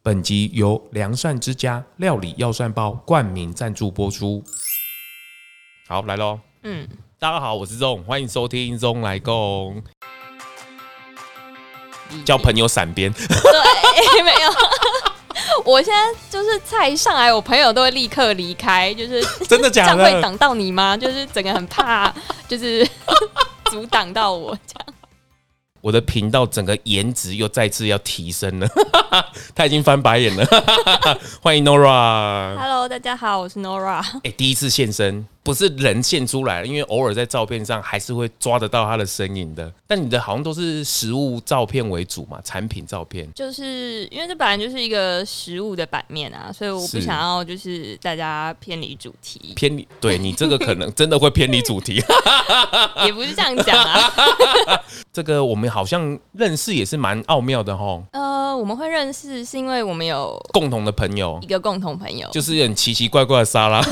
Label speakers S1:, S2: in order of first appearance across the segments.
S1: 本集由良善之家料理药膳包冠名赞助播出。好，来喽！
S2: 嗯，
S1: 大家好，我是 Zong，欢迎收听 Zong 来共。叫朋友闪边，
S2: 对， 没有。 我现在就是菜一上来，我朋友都会立刻离开，就是
S1: 真的
S2: 这
S1: 假
S2: 样会
S1: 的？
S2: 挡到你吗？就是整个很怕， 就是阻挡到我这样。
S1: 我的频道整个颜值又再次要提升了， 他已经翻白眼了。 欢迎 Nora。
S2: Hello，大家好，我是 Nora。
S1: 哎、第一次现身不是人现出来了，因为偶尔在照片上还是会抓得到他的身影的。但你的好像都是实物照片为主嘛，产品照片。
S2: 就是因为这本来就是一个食物的版面啊，所以我不
S1: 是
S2: 想要就是大家偏离主题，
S1: 偏离，对你这个可能真的会偏离主题。
S2: 也不是这样讲啊。
S1: 这个我们好像认识也是蛮奥妙的哈，
S2: 呃，我们会认识是因为我们有
S1: 共同的朋友
S2: 一个共同朋友，
S1: 就是很奇奇怪怪的沙拉。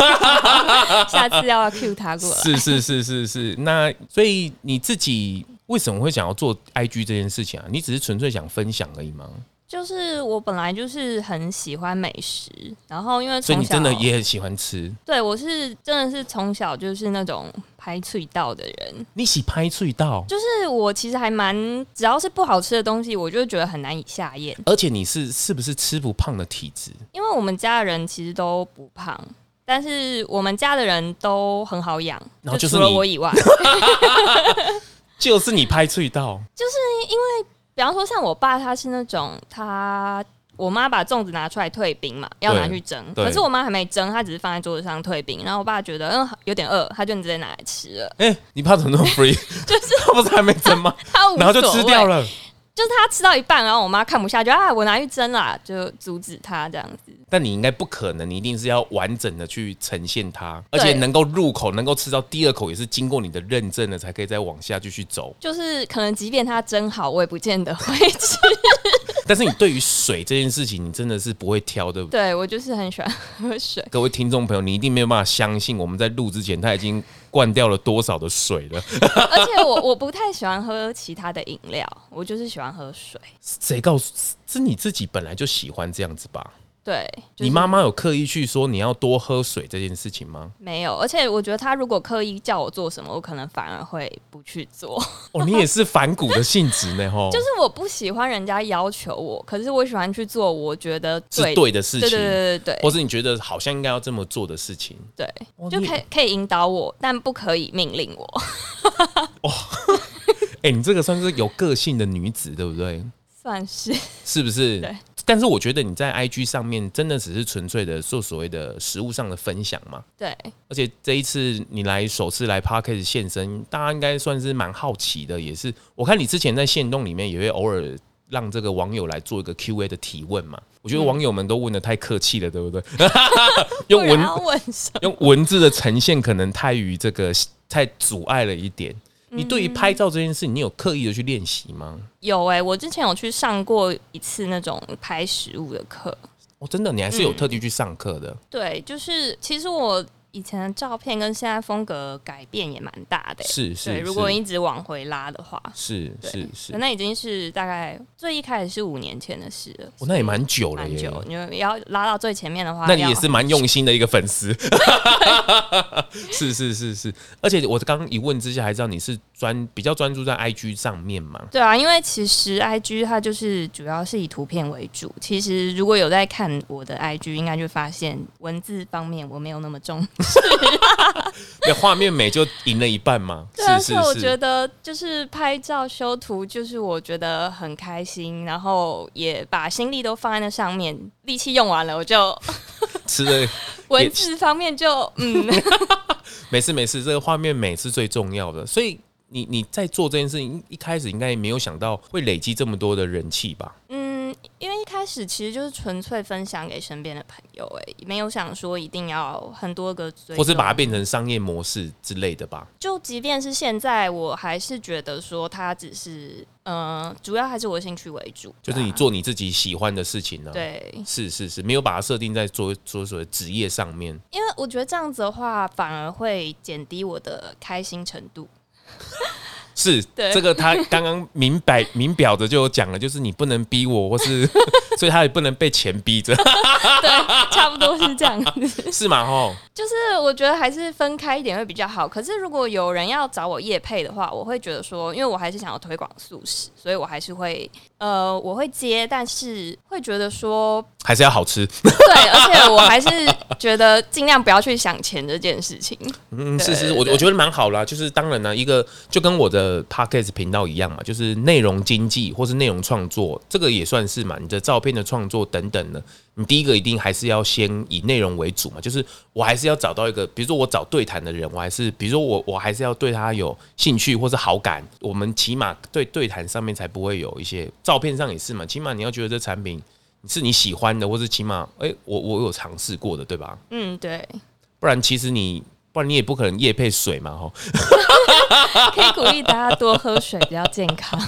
S2: 下次要 cue 他过来。
S1: 是是是是是，那所以你自己为什么会想要做 IG 这件事情啊？你只是纯粹想分享而已吗？
S2: 就是我本来就是很喜欢美食，然后因为
S1: 所以
S2: 从
S1: 你
S2: 小
S1: 真的也很喜欢吃，
S2: 对我是真的是从小就是那种拍脆道的人，
S1: 你喜拍脆到。
S2: 就是我其实还蛮只要是不好吃的东西，我就会觉得很难以下咽，
S1: 而且你是是不是吃不胖的体质？
S2: 因为我们家的人其实都不胖。但是我们家的人都很好养，
S1: 然后就是
S2: 除了
S1: 你
S2: 我以外，
S1: 就是你拍脆到，
S2: 比方说像我爸，他是那种他我妈把粽子拿出来退冰嘛，要拿去蒸，
S1: 对
S2: 可是我妈还没蒸，她只是放在桌子上退冰。然后我爸觉得嗯有点饿，他就直接拿来吃了，
S1: 哎、你怕怎么那么 free？就是 他不是还没蒸吗？
S2: 他 无
S1: 然后就
S2: 所
S1: 吃
S2: 谓
S1: 掉，了。
S2: 就是他吃到一半，然后我妈看不下去，啊我拿去蒸啦，就阻止他这样子。
S1: 但你应该不可能，你一定是要完整的去呈现它，而
S2: 对
S1: 且能够入口、能够吃到第二口，也是经过你的认证了，才可以再往下继续走。
S2: 就是可能即便他蒸好，我也不见得会吃。
S1: 但是你对于水这件事情，你真的是不会挑，对不对？
S2: 对我就是很喜欢喝水，
S1: 各位听众朋友，你一定没有办法相信，我们在录之前他已经灌掉了多少的水了？
S2: 而且 我我不太喜欢喝其他的饮料，我就是喜欢喝水。
S1: 谁告诉？是是你自己本来就喜欢这样子吧？
S2: 对，就是、
S1: 你妈妈有刻意去说你要多喝水这件事情 吗？
S2: 没有，而且我觉得他如果刻意叫我做什么，我可能反而会不去 做。
S1: 哦，你也是反骨的性质呢，吼，
S2: 就是我不喜欢人家要求我，可是我喜欢去做我觉得对
S1: 是对的事
S2: 对
S1: 情，
S2: 对对对对
S1: 或是你觉得好像应该要这么做的事情，
S2: 对
S1: 哦
S2: 就
S1: 你
S2: 可以可以引导我，但不可以命令我。
S1: 哎、你这个算是有个性的女子，对不对？
S2: 算是
S1: 是不是？
S2: 对。
S1: 但是我觉得你在 IG 上面真的只是纯粹的做所谓的食物上的分享嘛，
S2: 对，
S1: 而且这一次你来首次来 p a r k a s 现身，大家应该算是蛮好奇的，也是我看你之前在线动里面也会偶尔让这个网友来做一个 Q&A 的提问嘛，我觉得网友们都问的太客气了，对不对？
S2: 不
S1: 用文
S2: 然要问什么？
S1: 用文字的呈现可能太于这个太阻碍了一点。你对于拍照这件事，你有刻意的去练习吗？
S2: 有哎、我之前有去上过一次那种拍食物的课，
S1: 哦，真的，你还是有
S2: 嗯
S1: 特地去上课的，
S2: 对，就是其实我以前的照片跟现在风格改变也蛮大的欸、
S1: 是是
S2: 对，
S1: 是
S2: 如果一直往回拉的话，
S1: 是是
S2: 对，
S1: 是，
S2: 那已经是大概最一开始是五年前的事了，
S1: 哦，那也蛮久了
S2: 蛮
S1: 耶。
S2: 久。你们要拉到最前面的话，
S1: 那你也
S2: 要
S1: 是蛮用心的一个粉 丝， 是是是是，而且我刚刚一问之下还知道你是专比较专注在 IG 上面嘛，
S2: 对啊，因为其实 I G 它就是主要是以图片为主。其实如果有在看我的 I G，应该就发现文字方面我没有那么重。
S1: 那画面美就赢了一半嘛，
S2: 对啊，
S1: 是
S2: 所以我
S1: 是
S2: 觉
S1: 是，
S2: 得就是拍照修图，就是我觉得很开心，然后也把心力都放在那上面，力气用完了，我就
S1: 吃的
S2: 文字方面就嗯，
S1: 没事没事，这个画面美是最重要的。所以你你在做这件事情，一一开始应该也没有想到会累积这么多的人气吧？
S2: 嗯，因为一开始其实就是纯粹分享给身边的朋友、欸，哎，没有想说一定要很多个追踪，
S1: 或是把它变成商业模式之类的吧？
S2: 就即便是现在，我还是觉得说它只是，呃，主要还是我的兴趣为主，
S1: 就是你
S2: 对啊
S1: 做你自己喜欢的事情呢、，
S2: 对，
S1: 是是是，没有把它设定在做做所谓职业上面。
S2: 因为我觉得这样子的话，反而会减低我的开心程度。
S1: 是
S2: 对
S1: 这个他 刚刚明摆明表的就有讲了，就是你不能逼我，或是 所以他也不能被钱逼着，
S2: 对， 差不多是这样子。
S1: 是吗？吼，
S2: 就是我觉得还是分开一点会比较好。可是如果有人要找我业配的话，我会觉得说，因为我还是想要推广素食，所以我还是会呃，我会接，但是会觉得说，
S1: 还是要好吃，
S2: 对，而且我还是觉得尽量不要去想钱这件事情。
S1: 嗯，
S2: 对
S1: 是是，我我觉得蛮好啦。就是当然啦，一个就跟我的 podcast 频道一样嘛，就是内容经济或是内容创作，这个也算是嘛。你的照片的创作等等呢，你第一个一定还是要先以内容为主嘛。就是我还是要找到一个，比如说我找对谈的人，我还是比如说我我还是要对他有兴趣或是好感，我们起码对对谈上面才不会有一些照片上也是嘛。起码你要觉得这产品是你喜欢的，或是起码诶，我我有尝试过的，对吧？
S2: 嗯，对，
S1: 不然其实你。不然你也不可能夜配水嘛，吼，
S2: 可以鼓励大家多喝水，比较健康。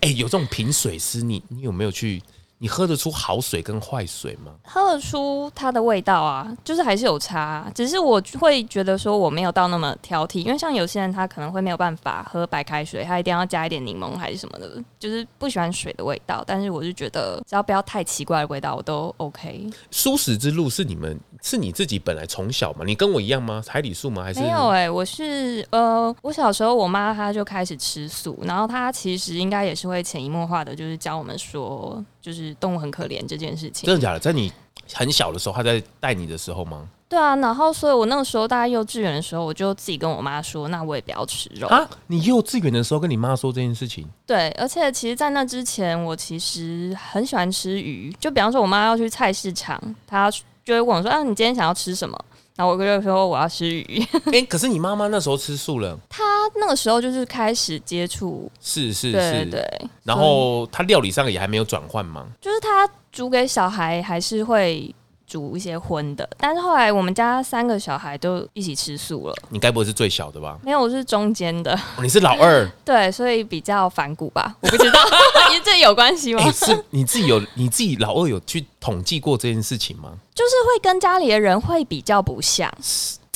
S1: 哎、有这种品水师，你你有没有去？你喝得出好水跟坏水吗？
S2: 喝得出它的味道啊，就是还是有差啊、只是我会觉得说我没有到那么挑剔，因为像有些人他可能会没有办法喝白开水，他一定要加一点柠檬还是什么的，就是不喜欢水的味道。但是我就觉得只要不要太奇怪的味道，我都 OK。
S1: 舒适之路是你们是你自己本来从小嘛？你跟我一样吗？海里素吗？还是
S2: 没有哎、我是呃，我小时候我妈她就开始吃素，然后她其实应该也是会潜移默化的，就是教我们说，就是动物很可怜这件事情
S1: 真。的假的？在你很小的时候，他在带你的时候吗？
S2: 对啊，然后所以我那个时候大概幼稚园的时候，我就自己跟我妈说，那我也不要吃肉。
S1: 啊，你幼稚园的时候跟你妈说这件事情，
S2: 对，而且其实，在那之前，我其实很喜欢吃鱼。就比方说，我妈要去菜市场，她就会问我说：“啊，你今天想要吃什么？”然后我就会说：“我要吃鱼。
S1: 哎、可是你妈妈那时候吃素了，”
S2: 她那个时候就是开始接触，
S1: 是是是，
S2: 对对对，
S1: 然后她料理上也还没有转换吗？
S2: 就是她煮给小孩还是会。煮一些荤的，但是后来我们家三个小孩都一起吃素了。
S1: 你该不会是最小的吧？
S2: 没有，我是中间的，
S1: 哦你是老二，
S2: 对，所以比较反骨吧，我不知道， 因为这有关系吗？
S1: 哎、是你自己有你自己老二有去统计过这件事情吗？
S2: 就是会跟家里的人会比较不像，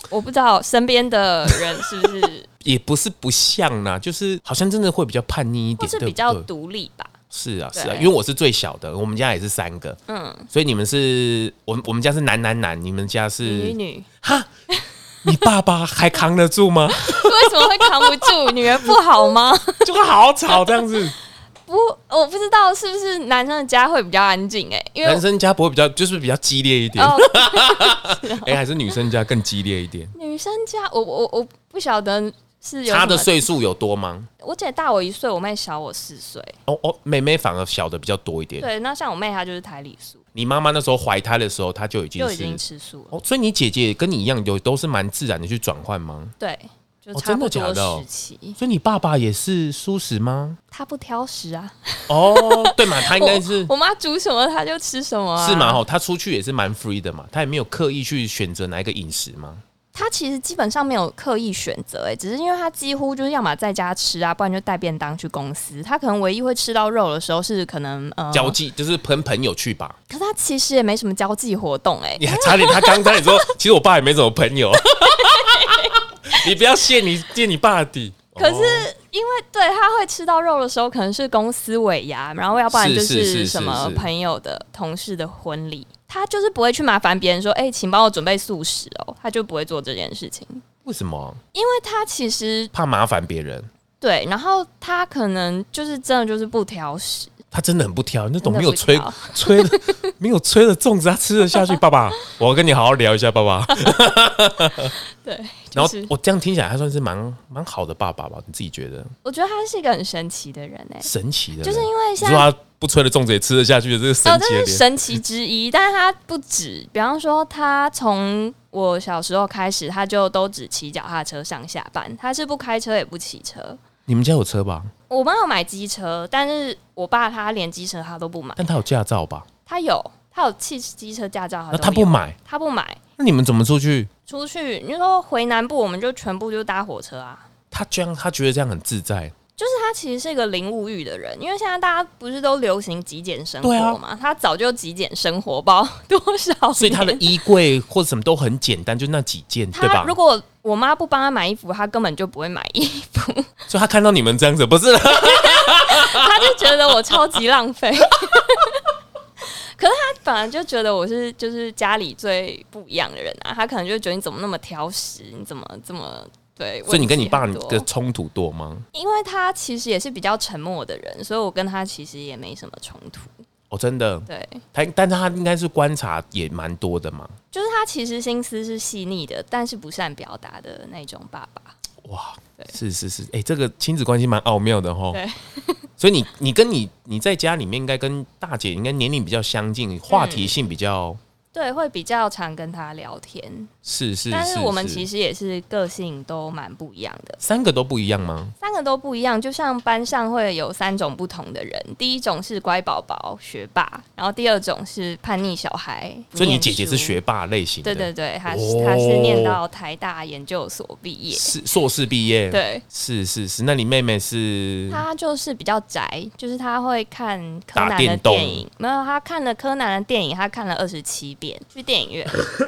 S2: 我不知道身边的人是不是，
S1: 也不是不像啦，就是好像真的会比较叛逆一
S2: 或
S1: 点，
S2: 是
S1: 对
S2: 比
S1: 不
S2: 较
S1: 对？
S2: 独立吧。
S1: 是啊，是
S2: 对
S1: 啊，因为我是最小的，我们家也是三个，
S2: 嗯，
S1: 所以你们是我们我们家是男男男，你们家
S2: 女
S1: 是
S2: 女
S1: 哈？你爸爸还扛得住吗？
S2: 为什么会扛不住？女儿不好吗？
S1: 就好吵这样子，
S2: 不，我不知道是不是男生的家会比较安静哎、因为
S1: 男生家不会比较就是比较激烈一点，哎、哎
S2: 哦，
S1: 还是女生家更激烈一点？
S2: 女生家我我我不晓得是 有
S1: 差的
S2: 什么，
S1: 岁数有多吗？
S2: 我姐大我一岁，我妹小我四岁。
S1: 哦哦，妹妹反而小的比较多一点。
S2: 对，那像我妹她就是台里素，
S1: 你妈妈那时候怀胎的时候，她就已经
S2: 就是已经吃素了。
S1: 哦，所以你姐姐跟你一样有都是蛮自然的去转换吗？
S2: 对，就
S1: 哦
S2: 差不
S1: 真
S2: 多
S1: 的假的哦
S2: 时期，
S1: 所以你爸爸也是素食吗？
S2: 她不挑食啊。
S1: 哦，对嘛，他应该是
S2: 我妈煮什么她就吃什么、啊，
S1: 是嘛？？哦，他出去也是蛮 free 的嘛，他也没有刻意去选择哪一个饮食吗？
S2: 她其实基本上没有刻意选择，哎，只是因为她几乎就是要么在家吃啊，不然就带便当去公司。她可能唯一会吃到肉的时候是可能呃，
S1: 交际就是跟朋友去吧。
S2: 可是她其实也没什么交际活动，哎，
S1: 你还差点，他刚才你说，其实我爸也没什么朋友。 你不要泄你泄你爸的底。
S2: 可是
S1: 哦
S2: 因为对她会吃到肉的时候，可能是公司尾牙，然后要不然
S1: 是
S2: 就是
S1: 是是
S2: 什么
S1: 是
S2: 朋友的同事的婚礼。她就是不会去麻烦别人说，哎、请帮我准备素食哦，她就不会做这件事情，因
S1: 为什么
S2: 为她其实
S1: 怕麻烦别人？
S2: 对，然后她可能就是真的就是不挑食，
S1: 他真的很不挑，那种
S2: 真的
S1: 没有
S2: 不
S1: 吹
S2: 挑
S1: 吹的没有吹的粽子，他吃得下去。爸爸，我要跟你好好聊一下，爸爸。
S2: 对，
S1: 然
S2: 就
S1: 后
S2: 是
S1: 我这样听起来，他算是蛮蛮好的爸爸吧？你自己觉得
S2: 我觉得他是一个很神奇的人哎、
S1: 神奇的人，
S2: 就是因为
S1: 你
S2: 像
S1: 说他不吹的粽子也吃得下去，这个神
S2: 哦，这
S1: 奇的
S2: 是
S1: 脸。
S2: 神奇之一，但是他不止，比方说他从我小时候开始，他就都只骑脚踏车上下班，他是不开车也不骑车。
S1: 你们家有车吧？
S2: 我妈有买机车，但是我爸他连机车他都不买，
S1: 但他有驾照吧？
S2: 他有他有汽机车驾照，
S1: 那
S2: 都
S1: 他不
S2: 有
S1: 买，
S2: 他不买。
S1: 那你们怎么出去？
S2: 出去，你说回南部，我们就全部就搭火车啊，
S1: 他居然他觉得这样很自在，
S2: 就就是他其实是一个零物欲的人，因为现在大家不是都流行极简生
S1: 对啊
S2: 活嘛，他早就极简生活包多少 年，
S1: 所以他的衣柜或者什么都很简单，就那几件，对
S2: 他
S1: 吧
S2: 如？果我妈不帮他买衣服，他根本就不会买衣 服，
S1: 所以他看到你们这样子，不是啦？
S2: 他就觉得我超级浪费。 可是他反而就觉得我是就是家里最不一样的人啊，他可能就觉得你怎么那么挑食，你怎么这么对？
S1: 所以你跟你爸
S2: 问
S1: 你
S2: 题很多
S1: 的冲突多吗？
S2: 因为他其实也是比较沉默的人，所以我跟他其实也没什么冲突。
S1: 哦，真的，
S2: 对，
S1: 他但他应该是观察也蛮多的嘛。
S2: 就是他其实心思是细腻的，但是不善表达的那种爸爸。
S1: 哇
S2: 对，
S1: 是是是，哎、这个亲子关系蛮奥妙的哈
S2: 对。
S1: 所以你你跟你你在家里面应该跟大姐应该年龄比较相
S2: 嗯
S1: 近，话题性比较、
S2: 对，会比较常跟他聊天，
S1: 是是
S2: 但是我们其
S1: 实
S2: 实也是个性都蛮不一样的，
S1: 三个都不一样吗？
S2: 三个都不一样。就像班上会有三种不同的人，第一种是乖宝宝学霸，然后第二种是叛逆小孩。
S1: 所以你
S2: 念
S1: 姐姐是
S2: 书
S1: 学霸类型的，
S2: 对对对，她
S1: 哦
S2: 她是念到台大研究所毕业，
S1: 是硕士毕业，，
S2: 对。
S1: 是是是。那你妹妹是
S2: 他就是比较宅，就是他会看柯
S1: 打
S2: 南的
S1: 电动
S2: 电影，没有他看了柯南的电影，他看了二十七遍，去电影院。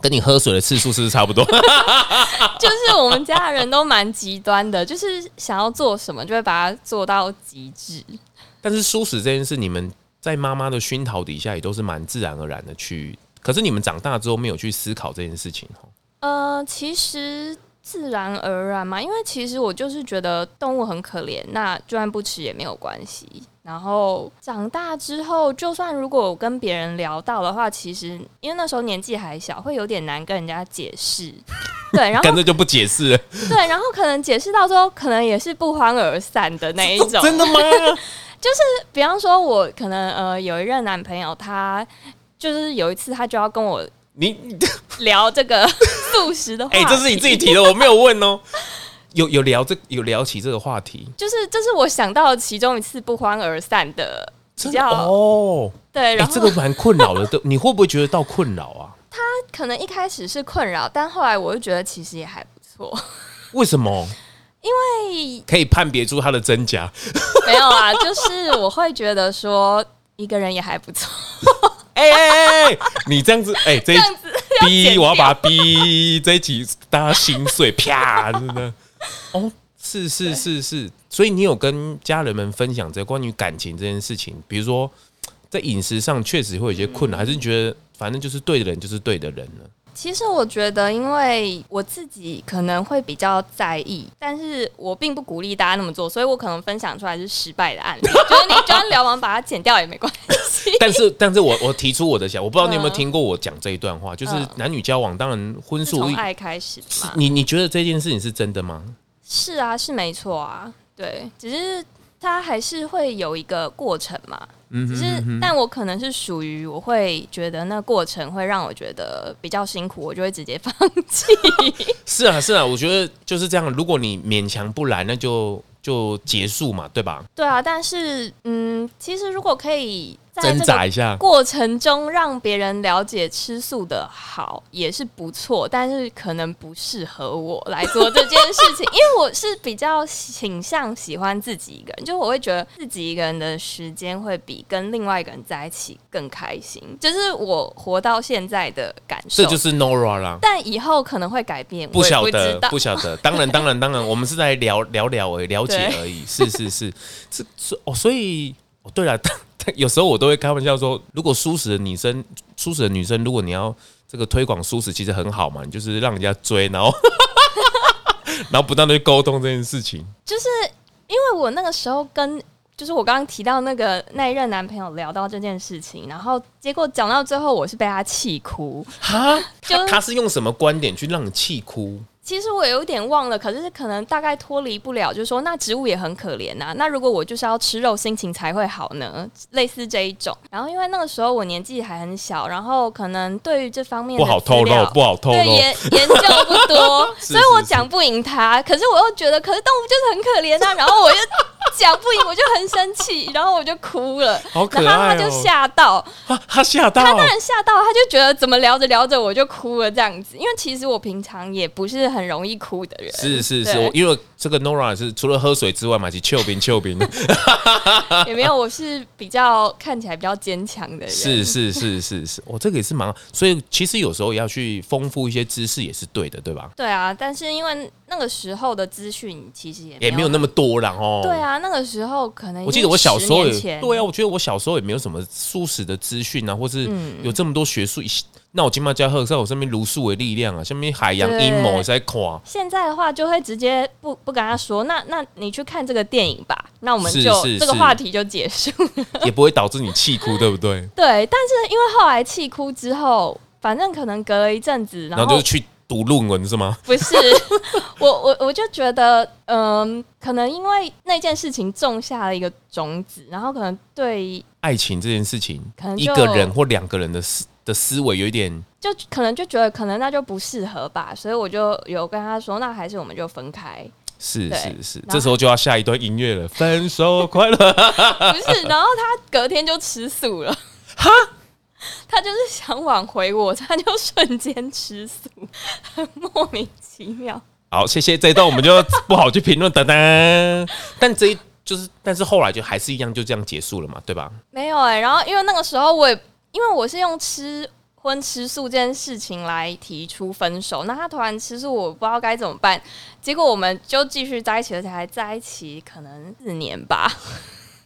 S1: 跟你喝水的次数是不是差不多？
S2: 就是我们家的人都蛮极端的，就是想要做什么就会把它做到极致。
S1: 但是舒适这件事，你们在妈妈的熏陶底下也都是蛮自然而然的去。可是你们长大之后没有去思考这件事情哦，
S2: 呃，其实自然而然嘛，因为其实我就是觉得动物很可怜，那就算不吃也没有关系。然后长大之后，就算如果我跟别人聊到的话，其实因为那时候年纪还小，会有点难跟人家解释。对，然后
S1: 干脆就不解 释了，
S2: 对，然后可能解释到之后，可能也是不欢而散的那一种。
S1: 真的吗？
S2: 比方说，我可能呃有一任男朋友他，就是有一次他就要跟我
S1: 你你
S2: 聊这个素食的 话
S1: 哎、
S2: 题，
S1: 这是你自己提的，我没有问哦。 有有聊这有聊起这个话题，
S2: 就是这是我想到其中一次不欢而散的，比
S1: 真的
S2: 较
S1: 哦。
S2: 对，
S1: 哎、
S2: 然后、
S1: 这个蛮困扰的，都你会不会觉得到困扰啊？
S2: 可能一开始是困扰，但后来我就觉得其实也还不 错，
S1: 为什么
S2: 所以
S1: 可以判别出它的真假？
S2: 没有啊，就是我会觉得说一个人也还不错，
S1: 哎哎哎，哎 你这样子，哎、这
S2: 这
S1: 一
S2: 样子要剪
S1: 逼，我要
S2: 掉。
S1: 把它逼，这一集大家心碎，啪，真的。哦，是是是是，所以你有跟家人们分享这关于感情这件事情，比如说在饮食上确实会有一些困难，还是觉得反正就是对的人就是对的人了。
S2: 其实我觉得，因为我自己可能会比较在意，但是我并不鼓励大家那么做，所以我可能分享出来是失败的案例，就是你就算聊完把它剪掉也没关 系。
S1: 但是，但是我我提出我的想，我不知道你有没有
S2: 嗯
S1: 听过我讲这一段话，就是
S2: 嗯
S1: 男女交往，当然婚
S2: 是
S1: 数
S2: 从
S1: 一，
S2: 爱开始
S1: 是
S2: 嘛？
S1: 你你觉得这件事情是真的吗？
S2: 是啊，是没错啊，对，只是它还是会有一个过程嘛。
S1: 嗯
S2: 只
S1: 哼，
S2: 是
S1: 嗯哼，
S2: 但我可能是属于我会觉得那过程会让我觉得比较辛苦，我就会直接放 弃。
S1: 是啊是啊，我觉得就是这样。如果你勉强不来，那就就结束嘛，对吧？
S2: 对啊，但是嗯，其实如果可以在
S1: 挣
S2: 这个
S1: 扎一下，
S2: 过程中让别人了解吃素的好也是不错，但是可能不适合我来做这件事情，因为我是比较倾向喜欢自己一个人，就我会觉得自己一个人的时间会比跟另外一个人在一起更开心，这是我活到现在的感受。
S1: 这就是 Nora 啦。
S2: 但以后可能会改变，
S1: 不
S2: 我也
S1: 晓
S2: 知
S1: 得，
S2: 道
S1: 不晓得。当然，当然，当然，我们是在聊聊聊而已，了解
S2: 对
S1: 而已。是是是，这是哦，所以哦，对了，但 但有时候我都会开玩笑说，如果舒适的女生，舒适的女生，如果你要这个推广舒适，其实很好嘛，你就是让人家追，然后 然后不断的沟通这件事情。
S2: 就是因为我那个时候跟就是我刚刚提到那个那一任男朋友聊到这件事情，然后结果讲到最后，我是被他气哭。
S1: 哈，他
S2: 就
S1: 他是用什么观点去让你气哭？
S2: 其实我有点忘了，可是可能大概脱离不了，就是说那植物也很可怜呐、那如果我就是要吃肉，心情才会好呢，类似这一种。然后因为那个时候我年纪还很小，然后可能对于这方面
S1: 不
S2: 的
S1: 好
S2: 资
S1: 透露
S2: 料，
S1: 不好透
S2: 对
S1: 露。
S2: 研研究不多，
S1: 是
S2: 所以我
S1: 是
S2: 讲不赢他。可是我又觉得，可是动物就是很可怜啊。然后我又讲不赢，我就很生气，然后我就哭了，
S1: 好可
S2: 然后他
S1: 爱
S2: 就
S1: 哦、
S2: 吓到，
S1: 啊他吓到，
S2: 他当然吓到，他就觉得怎么聊着聊着我就哭了这样子，因为其实我平常也不是很容易哭的人，
S1: 是是
S2: 对
S1: 是，我因为这个 Nora 是除了喝水之外嘛，是丘冰丘冰，
S2: 也没有，我是比较看起来比较坚强的人，
S1: 是是是是是，哦我、这个也是蛮，所以其实有时候要去丰富一些知识也是对的，对吧？
S2: 对啊，但是因为那个时候的资讯其实也
S1: 也没有那么多啦哦。
S2: 对，啊，那个时候可能
S1: 我记得我小时候
S2: 已
S1: 也
S2: 经10年前
S1: 对啊，我觉得我小时候也没有什么素食的资讯啊，或是
S2: 嗯
S1: 有这么多学术。那我今麦加赫在我身边儒术的力量啊，下面海洋阴谋也在垮，
S2: 现在的话就会直接不不跟他说，那那你去看这个电影吧，那我们
S1: 是
S2: 就是这个
S1: 是
S2: 话题就结束。
S1: 也不会导致你气哭，对不对？
S2: 对，但是因为后来气哭之后，反正可能隔了一阵子，
S1: 然 后
S2: 然后
S1: 就是去读论文是吗？
S2: 不是 我我我就觉得，嗯，可能因为那件事情种下了一个种子，然后可能对。
S1: 爱情这件事情
S2: 可能，就
S1: 一个人或两个人的思的思维有一点
S2: 就可能就觉得可能那就不适合吧，所以我就有跟他说，那还是我们就分开。
S1: 是
S2: 对
S1: 是是
S2: 然，后
S1: 这时候就要下一段音乐了，分手快乐。
S2: 不是，然后他隔天就吃素了。哈，他就是想挽回我，他就瞬间吃素，很莫名其妙。
S1: 好，谢谢这一段我们就 不好去评论，噔噔。但这一就是，但是后来就还是一样，就这样结束了嘛，对吧？
S2: 没有哎、然后因为那个时候我也因为我是用吃荤吃素这件事情来提出分手，那他突然吃素，我不知道该怎么办。结果我们就继续在一起，而且还在一起可能四年吧。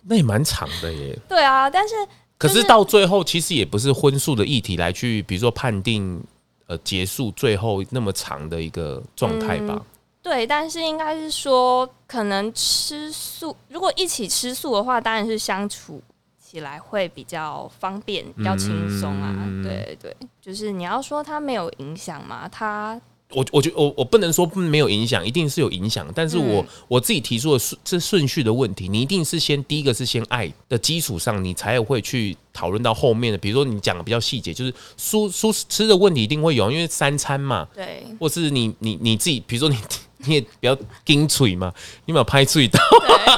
S1: 那也蛮长的耶。
S2: 对啊，但是
S1: 可
S2: 就是是
S1: 到最后，其实也不是婚诉的议题来去，比如说判定呃结束最后那么长的一个状态吧。
S2: 对，但是应该是说，可能吃素，如果一起吃素的话，当然是相处起来会比较方便、比较轻松啊。
S1: 嗯
S2: 对对，就是你要说它没有影响嘛，它
S1: 我我觉我我不能说没有影响，一定是有影响。但是我、
S2: 嗯
S1: 我自己提出的顺这顺序的问题，你一定是先第一个是先爱的基础上，你才会去讨论到后面的。比如说你讲的比较细节，就是蔬蔬吃的问题一定会有，因为三餐嘛，
S2: 对
S1: 或是你你你自己，比如说你 你也比较盯嘴嘛，你有没有拍嘴到，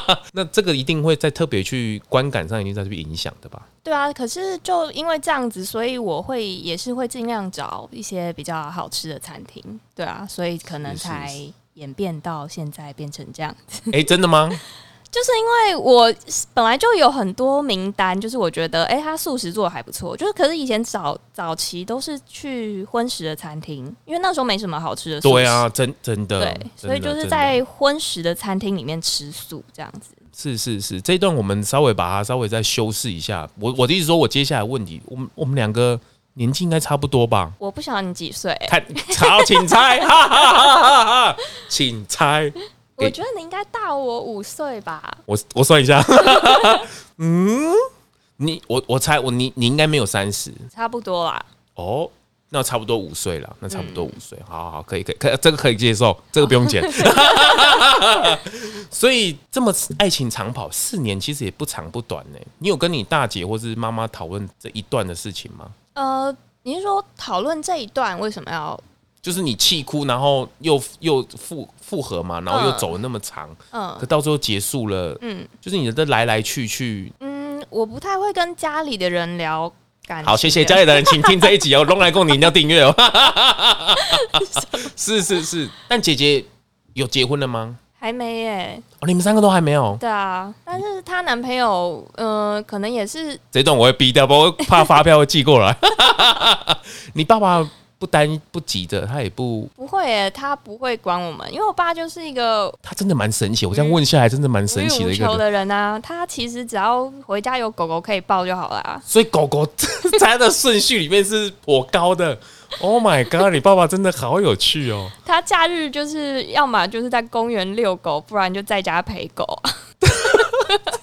S2: 对
S1: 那这个一定会在特别去观感上一定在这边影响的吧？
S2: 对啊。可是就因为这样子，所以我会也是会尽量找一些比较好吃的餐厅。对啊，所以可能
S1: 是是
S2: 才
S1: 是
S2: 演变到现在变成这样。
S1: 诶，真的吗？
S2: 就是因为我本来就有很多名单，就是我觉得，哎、他素食做的还不错。就是可是以前早早期都是去荤食的餐厅，因为那时候没什么好吃的素食。
S1: 对啊，真真的，
S2: 对，所以
S1: 真的
S2: 就是
S1: 真的
S2: 在荤食的餐厅里面吃素这样子。
S1: 是是是，这一段我们稍微把它稍微再修饰一下。我我的意思说，我接下来问题，我们我们两个年纪应该差不多吧？
S2: 我不晓得你几岁、
S1: 看，好，请猜，哈哈哈哈哈哈，请猜。
S2: 我觉得你应该大我五岁吧？
S1: 我我算一下， 嗯，你我我猜我你你应该没有三十
S2: 差不多啦。
S1: 哦，那差不多五岁了，那差不多
S2: 嗯
S1: 五岁，好好好，可以可以可以，这个可以接受，这个不用剪。 所以这么爱情长跑四年，其实也不长不短呢。你有跟你大姐或是妈妈讨论这一段的事情吗？
S2: 呃，你是说讨论这一段为什么要？
S1: 就是你气哭，然后又又复复合嘛，然后又
S2: 嗯
S1: 走了那么长，
S2: 嗯
S1: 可到最后结束了，
S2: 嗯
S1: 就是你的来来去去。
S2: 嗯，我不太会跟家里的人聊感情。
S1: 好，谢谢家里的人，请听这一 集哦。龙来共你一定要订阅哦。 是是是，但姐姐有结婚了吗？
S2: 还没耶、
S1: 哦，你们三个都还没有。
S2: 对啊，但是她男朋友，呃，可能也是
S1: 这段我会逼掉，不过怕发票会寄过来。 你爸爸不担不急着，他也不，
S2: 不会耶，他不会管我们，因为我爸就是一个
S1: 他真的蛮神奇。我这样问下来，真的蛮
S2: 无
S1: 神
S2: 欲
S1: 奇的
S2: 嗯无
S1: 一个
S2: 求
S1: 人。
S2: 的人啊。他其实只要回家有狗狗可以抱就好啦。
S1: 所以狗狗 在他的顺序里面是颇高的。Oh my god！你爸爸真的好有趣哦。
S2: 他假日就是要么就是在公园遛狗，不然就在家陪狗。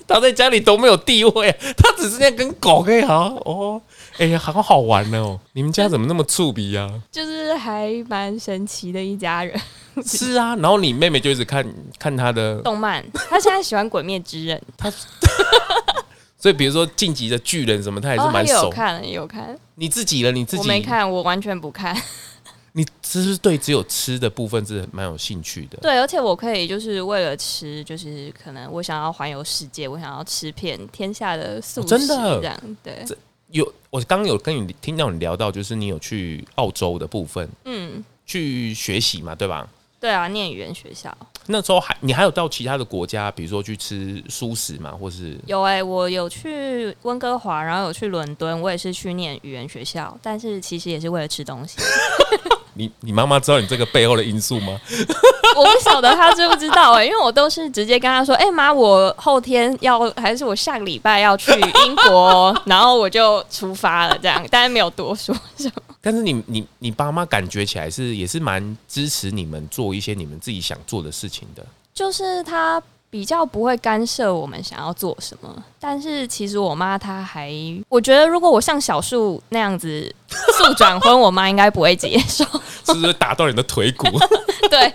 S1: 他在家里都没有地位，啊他只是在跟狗可以好好哦。哎、呀，好好玩哦！你们家怎么那么触鼻啊？
S2: 就是还蛮神奇的一家人。
S1: 是啊，然后你妹妹就一直看看他的，
S2: 动漫，他现在喜欢《鬼灭之刃》，
S1: 所以比如说晋级的巨人什么，他也是
S2: 哦，他
S1: 蛮
S2: 也有
S1: 熟。
S2: 看，也有看。
S1: 你自己了，你自己
S2: 我没看，我完全不看。
S1: 你其实对只有吃的部分是蛮有兴趣的。
S2: 对，而且我可以就是为了吃，就是可能我想要环游世界，我想要吃遍天下的素
S1: 哦
S2: 食，
S1: 真的
S2: 这样对，
S1: 有我刚刚有跟你听到你聊到，就是你有去澳洲的部分
S2: 嗯，
S1: 去学习嘛，对吧？
S2: 对啊，念语言学校
S1: 那时候还你还有到其他的国家，比如说去吃素食嘛，或是
S2: 有哎、我有去温哥华，然后有去伦敦，我也是去念语言学校，但是其实也是为了吃东西，
S1: 你你妈妈知道你这个背后的因素 吗？
S2: 我不晓得他知不知道哎、因为我都是直接跟他说，哎、妈，我后天要还是我下个礼拜要去英国哦，然后我就出发了这样，但是没有多说什么。
S1: 但是你你你爸妈感觉起来是也是蛮支持你们做一些你们自己想做的事情的。
S2: 就是他比较不会干涉我们想要做什么，但是其实我妈她还，我觉得如果我像小树那样子速转婚，我妈应该不会接受，
S1: 是不是打到你的腿骨？
S2: 对，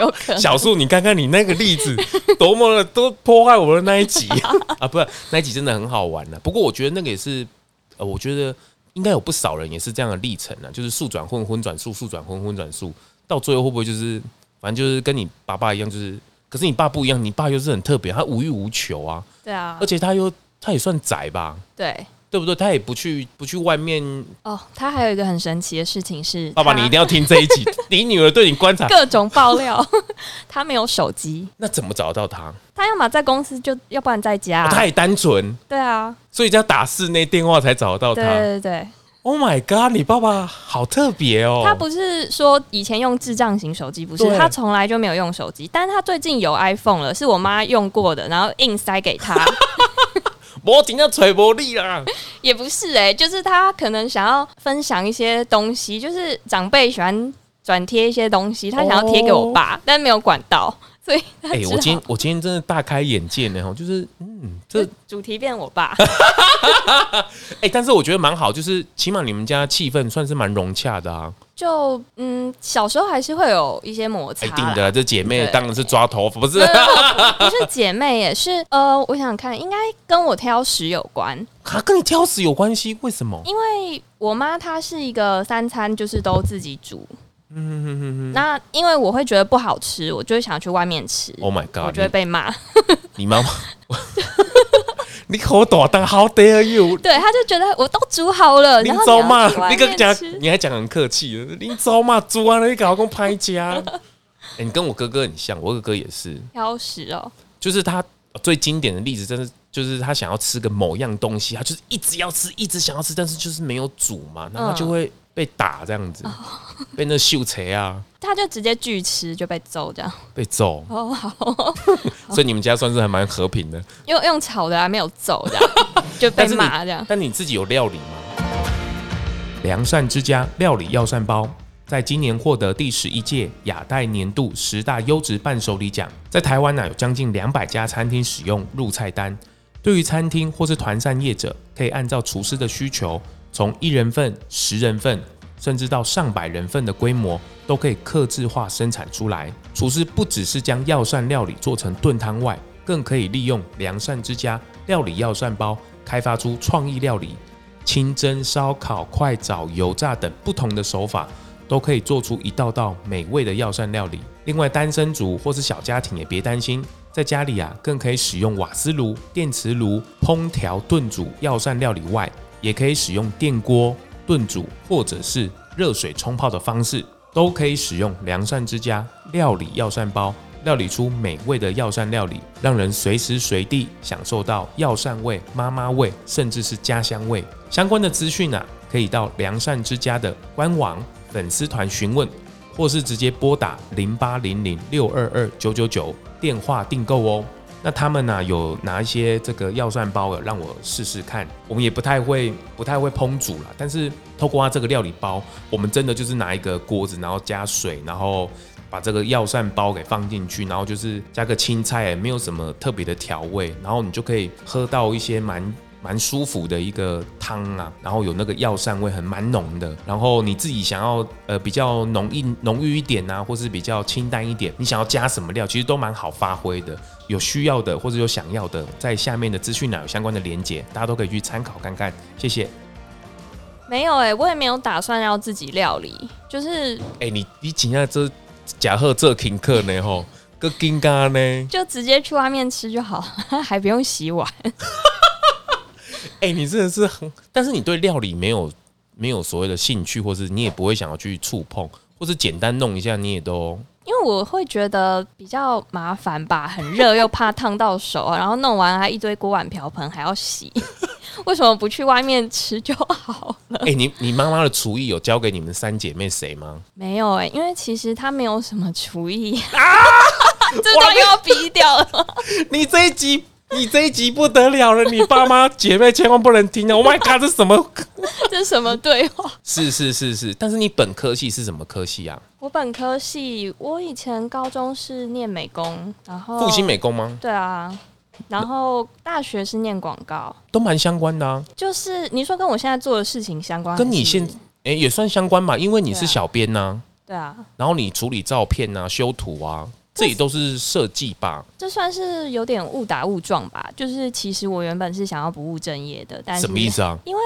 S2: 有 可能。
S1: 小树，你看看你那个例子， 多么的都破坏我们的那一集啊！不是那一集真的很好玩呢、啊不过我觉得那个也是，呃，我觉得应该有不少人也是这样的历程啊，就是速转混，混转速，速转混，混转速，到最后会不会就是，反正就是跟你爸爸一样，就是，可是你爸不一样，你爸又是很特别，他无欲无求啊，
S2: 对啊
S1: 而，且他又他也算宅吧，
S2: 对
S1: 对不对？他也不去不去外面，
S2: 哦，她还有一个很神奇的事情是，
S1: 爸爸你一定要听这一集，你女儿对你观察
S2: 她，各种爆料， 她没有手机，
S1: 那怎么找到他？哦
S2: 她要么在公司就，要不然在家，
S1: 他也单纯。
S2: 对啊，
S1: 所以就要打室内电话才找得到
S2: 对
S1: 他。
S2: 对对，
S1: Oh my god！你爸爸好特别哦。
S2: 他不是说以前用智障型手机，不是
S1: 对
S2: 他从来就没有用手机，但是他最近有 iPhone 了，是我妈用过的，然后硬塞 给他，
S1: 我顶到啊锤玻璃啦。
S2: 也不是哎、就是他可能想要分享一些东西，就是长辈喜欢转贴一些东西，他想要贴给我爸，但没有管到，所以 他
S1: 哦哎、
S2: 只好
S1: 我今天我今天真的大开眼界呢，吼就是嗯，这
S2: 就主题变 我爸，
S1: 哎、但是我觉得蛮好，就是起码你们家气氛算是蛮融洽的啊，
S2: 就嗯，小时候还是会有一些摩擦
S1: 一
S2: 啦，
S1: 定的啊，这姐妹
S2: 对
S1: 当然是抓头发，不是
S2: 没有。没有没有不是姐妹耶，也是呃，我想想看，应该跟我挑食有关。
S1: 啊，跟你挑食有关系？为什么？
S2: 因为我妈她是一个三餐就是都自己煮，嗯那因为我会觉得不好吃，我就会想去外面吃
S1: Oh my
S2: 我
S1: god！
S2: 就
S1: 你
S2: 会被骂。
S1: 你妈妈， 你口大但 How dare you！
S2: 对，她就觉得我都煮好了，
S1: 你
S2: 呃然后
S1: 走
S2: 要
S1: 嘛
S2: 去外，
S1: 你个
S2: 面
S1: 讲
S2: 吃，
S1: 你还讲很客气的，你走嘛，猪啊，你搞公拍家。 哎、你跟我哥哥很像，我哥哥也是，
S2: 挑食哦，
S1: 就是他最经典的例子，真的就是他想要吃个某样东西，他就是一直要吃，一直想要吃，但是就是没有煮嘛，那
S2: 嗯
S1: 他就会被打这样子，
S2: 哦
S1: 被那秀才啊，
S2: 她就直接拒吃就被揍这样。
S1: 被揍。
S2: 哦，好，
S1: 所以你们家算是还蛮和平的。
S2: 用用炒的啊，没有揍 这样，就被
S1: 但是你
S2: 骂这样。
S1: 但你自己有料理吗？良善之家料理药膳包，在今年获得第十一届亚太年度十大优质伴手礼奖，在台湾啊呢、有将近两百家餐厅使用入菜单。对于餐厅或是团膳业者，可以按照厨师的需求，从一人份、十人份，甚至到上百人份的规模，都可以克制化生产出来。厨师不只是将药膳料理做成炖汤外，更可以利用良膳之家料理药膳包，开发出创意料理，清蒸、烧烤、快炒、油炸等不同的手法，都可以做出一道道美味的药膳料理。另外，单身族或是小家庭也别担心，在家里啊，更可以使用瓦斯炉、电磁炉烹调炖煮药膳料理外，也可以使用电锅炖煮或者是热水冲泡的方式，都可以使用良膳之家料理药膳包。料理出美味的药膳料理，让人随时随地享受到药膳味、妈妈味，甚至是家乡味。相关的资讯啊，可以到良膳之家的官网、粉丝团询问，或是直接拨打零八零零六二二九九九电话订购哦。那他们呢、有拿一些这个药膳包让我试试看，我们也不太会不太会烹煮啦，但是透过它这个料理包，我们真的就是拿一个锅子，然后加水，然后把这个药膳包给放进去，然后就是加个青菜，也没有什么特别的调味，然后你就可以喝到一些蛮。蛮舒服的一个汤啊，然后有那个药膳味，很蛮浓的。然后你自己想要呃比较浓郁浓郁一点啊，或是比较清淡一点，你想要加什么料，其实都蛮好发挥的。有需要的或者有想要的，在下面的资讯栏有相关的连接，大家都可以去参考看看。谢谢。
S2: 没有哎、我也没有打算要自己料理，就是
S1: 哎、你你请下这假贺这请客呢吼，个金刚呢？
S2: 就直接去外面吃就好， 还不用洗碗。
S1: 哎、你真的是很，但是你对料理没有没有所谓的兴趣，或是你也不会想要去触碰，或是简单弄一下你也都
S2: 因为我会觉得比较麻烦吧，很热又怕烫到手啊，然 后弄完还一堆锅碗瓢盆还要洗， 为什么不去外面吃就好？
S1: 哎、你你妈妈的厨艺有教给你们三姐妹谁吗？
S2: 没有哎、因为其实他没有什么厨艺， 这段又要逼掉了。
S1: 你这一集，你这一集不得了了，你爸妈姐妹千万不能听啊！Oh my god，这是什么？
S2: 这是什么对话？
S1: 是是是是，但是你本科系是什么科系啊？
S2: 我本科系，我以前高中是念美工，然后
S1: 复兴美工吗？
S2: 对啊，然后大学是念广告，
S1: 都蛮相关的啊，
S2: 就是你说跟我现在做的事情相关还是，
S1: 跟你现哎、也算相关吧，因为你是
S2: 对啊
S1: 小编呐、
S2: 对啊，
S1: 然后你处理照片啊、修图啊，这也都是设计吧？
S2: 这算是有点误打误撞吧。就是其实我原本是想要不务正业的，但是
S1: 什么意思啊？
S2: 因为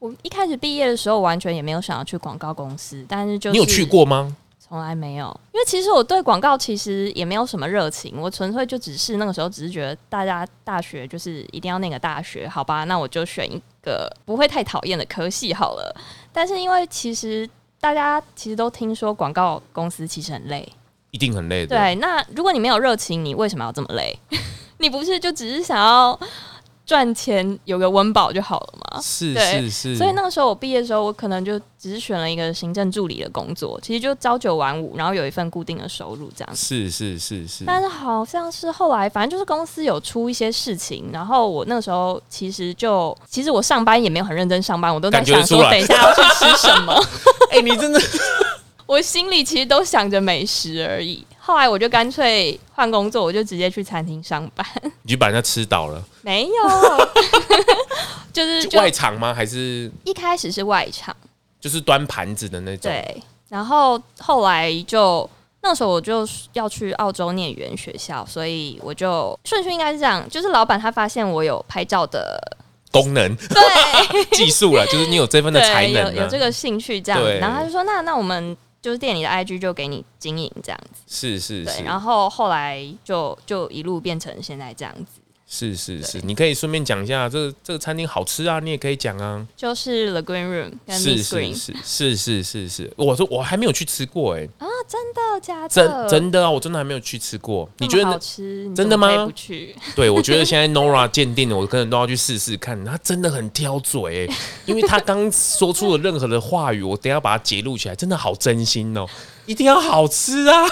S2: 我一开始毕业的时候，完全也没有想要去广告公司，但是就是
S1: 你有去过吗？
S2: 从来没有，因为其实我对广告其实也没有什么热情，我纯粹就只是那个时候只是觉得大家大学就是一定要那个大学，好吧，那我就选一个不会太讨厌的科系好了。但是因为其实大家其实都听说广告公司其实很累，
S1: 一定很累的。
S2: 对，那如果你没有热情，你为什么要这么累？ 你不是就只是想要赚钱有个温饱就好了吗？
S1: 是
S2: 对
S1: 是是。
S2: 所以那个时候我毕业的时候，我可能就只是选了一个行政助理的工作，其实就朝九晚五，然后有一份固定的收入这样子。
S1: 是是是是。
S2: 但是好像是后来，反正就是公司有出一些事情，然后我那个时候其实就，其实我上班也没有很认真上班，我都在
S1: 感觉得
S2: 想 说
S1: 出来
S2: 等一下要去吃什么，
S1: 哎、你真的
S2: 我心里其实都想着美食而已。后来我就干脆换工作，我就直接去餐厅上班，
S1: 你就把人家吃倒了？
S2: 没有，就是
S1: 就
S2: 就
S1: 外场吗？还是
S2: 一开始是外场。
S1: 就是端盘子的那种？
S2: 对，然后后来就那时候我就要去澳洲念语言学校，所以我就顺序应该是这样，就是老板他发现我有拍照的，
S1: 功能
S2: 对
S1: 技术 了，就是你有这份的才
S2: 对，
S1: 能啊
S2: 有
S1: 了。
S2: 有这个兴趣这样子，
S1: 对
S2: 然后他就说那那我们。就是店里的 IG 就给你经营这样子，
S1: 是是
S2: 对，
S1: 是
S2: 然后后来就就一路变成现在这样子，
S1: 是是是，你可以顺便讲一下这这个餐厅好吃啊，你也可以讲啊。
S2: 就是 The Green Room 跟
S1: 是
S2: Miss
S1: 是
S2: Green
S1: 是是是是是，我说我还没有去吃过哎、
S2: 啊，真的假的？
S1: 真真的啊，我真的还没有去吃过。
S2: 那
S1: 你
S2: 么
S1: 觉
S2: 好
S1: 得？
S2: 吃？你
S1: 真
S2: 怎
S1: 的
S2: 么可以
S1: 吗
S2: 不去，
S1: 对，我觉得现在 Nora 鉴定了，我可能都要去试试看。他真的很挑嘴、 欸，因为他刚说出了任何的话语，我等一下把它截录起来，真的好真心哦、一定要好吃啊，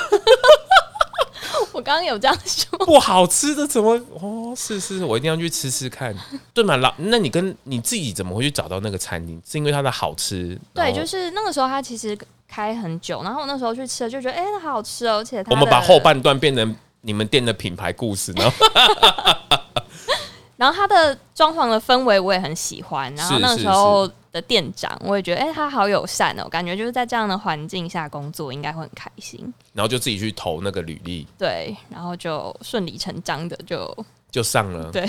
S2: 我刚刚有这样说，
S1: 不好吃的怎么？哦，是是，我一定要去吃吃看，对嘛？老，那你跟你自己怎么会去找到那个餐厅？是因为它的好吃？然
S2: 对，
S1: 后
S2: 就是那个时候它其实开很久，然后我那时候去吃了就觉得，哎、它好吃哦，而且它
S1: 我们
S2: 的
S1: 把后，半段变成你们店的品牌故事，然 后
S2: 然后它的装潢的氛围我也很喜欢，然后
S1: 是
S2: 那个
S1: 是
S2: 时候的店长我也觉得，哎、他好友善哦，感觉就是在这样的环境下工作应该会很开心，
S1: 然后就自己去投那个履历，
S2: 对，然后就顺理成章的就
S1: 就上了。
S2: 对，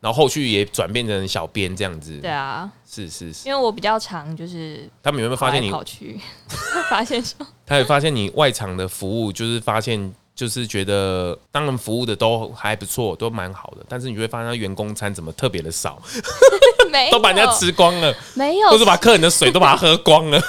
S1: 然后后续也转变成小编这样子。
S2: 对，啊，
S1: 是是是。
S2: 因为我比较常就是
S1: 他们有没有发
S2: 跑来
S1: 现你？
S2: 跑去， 发现说
S1: 他也发现你外场的服务，就是发现就是觉得，当然服务的都还不错，都蛮好的，但是你会发现他员工餐怎么特别的少，
S2: 没
S1: 都把人家
S2: 有
S1: 吃光了，
S2: 没 有
S1: 或，是把客人的水都把它喝光了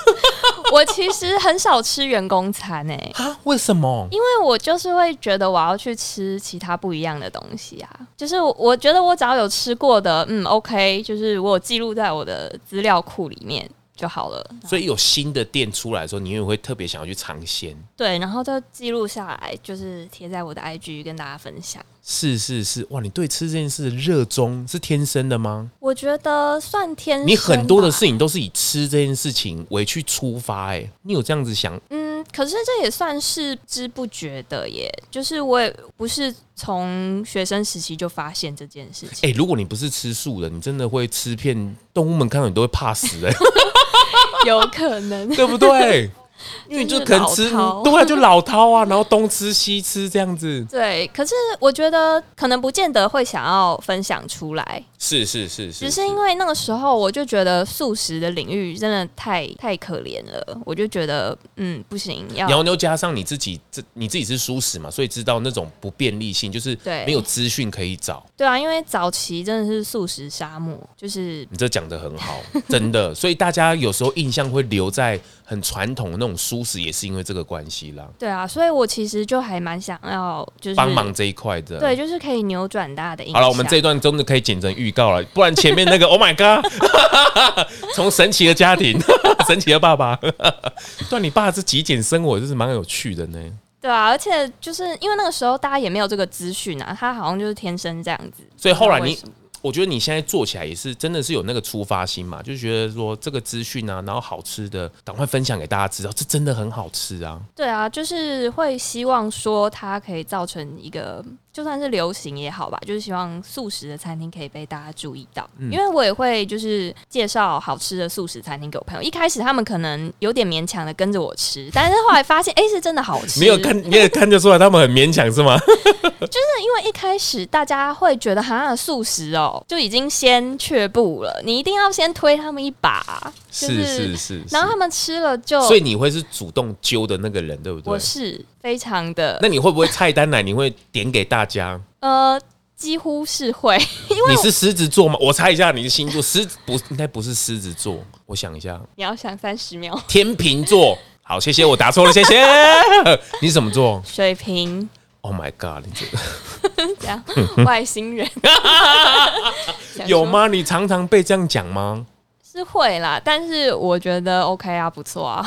S2: 我其实很少吃员工餐诶、
S1: 啊？为什么？
S2: 因为我就是会觉得我要去吃其他不一样的东西啊，就是我我觉得我只要有吃过的，嗯，OK，就是我有记录在我的资料库里面就好了。
S1: 所以有新的店出来的时候，你也会特别想要去尝鲜。
S2: 对，然后就记录下来，就是贴在我的 IG 跟大家分享。
S1: 是是是，哇！你对吃这件事的热衷是天生的吗？
S2: 我觉得算天，
S1: 你很多的事，情都是以吃这件事情为去出发、哎，你有这样子想？
S2: 嗯，可是这也算是不知不觉的耶，就是我也不是从学生时期就发现这件事情。
S1: 哎、如果你不是吃素的，你真的会吃 遍动物们看到你都会怕死、哎，
S2: 有可能，
S1: 欸 对不对？因为就
S2: 就是
S1: 可能吃
S2: 老饕
S1: 对啊，就老饕啊，然后东吃西吃这样子，
S2: 对，可是我觉得可能不见得会想要分享出来，
S1: 是是是是，
S2: 只是因为那个时候我就觉得素食的领域真的太太可怜了，我就觉得嗯不行，要
S1: 然后又加上你自己，这你自己是素食嘛，所以知道那种不便利性，就是
S2: 对
S1: 没有资讯可以找。
S2: 对啊，因为早期真的是素食沙漠，就是
S1: 你这讲的很好， 真的。所以大家有时候印象会留在很传统的那种素食，也是因为这个关系啦，
S2: 对啊，所以我其实就还蛮想要就是
S1: 帮忙这一块的。
S2: 对，就是可以扭转大家的印
S1: 好
S2: 象。
S1: 了，我们这一段真的可以剪成预告了，不然前面那个 Oh my God，从 神奇的家庭， 神奇的爸爸， 对，你爸这极简生活就是蛮有趣的呢。
S2: 对啊，而且就是因为那个时候大家也没有这个资讯啊，他好像就是天生这样子。
S1: 所以后来
S2: 不知道为
S1: 你
S2: 什么
S1: 我觉得你现在做起来也是真的是有那个出发心嘛，就觉得说这个资讯啊，然后好吃的，赶快分享给大家知道，这真的很好吃啊。
S2: 对啊，就是会希望说它可以造成一个，就算是流行也好吧，就是希望素食的餐厅可以被大家注意到。
S1: 嗯
S2: 因为我也会就是介绍好吃的素食餐厅给我朋友，一开始他们可能有点勉强的跟着我吃，但是后来发现，哎、是真的好吃。
S1: 没有看，你也看得出来他们很勉强是吗？
S2: 因为一开始大家会觉得哈素食哦，就已经先却步了，你一定要先推他们一把， 就是
S1: 是是是，
S2: 然后他们吃了就，
S1: 所以你会是主动揪的那个人，对不对
S2: 我？是非常的
S1: 那你会不会菜单来？你会点给大家？
S2: 呃，几乎是会，
S1: 你是狮子座吗？我猜一下你的星座，狮子不应该不是狮子座，我想一下，
S2: 你要想三十秒，
S1: 天秤座。好，谢谢，我答错了，谢谢。 你是什么座
S2: 水平
S1: ？Oh my god！你这
S2: 这样，外 星人想说
S1: 有？吗？你常常被这样讲吗？
S2: 是会啦，但是我觉得 OK 啊，不 错啊，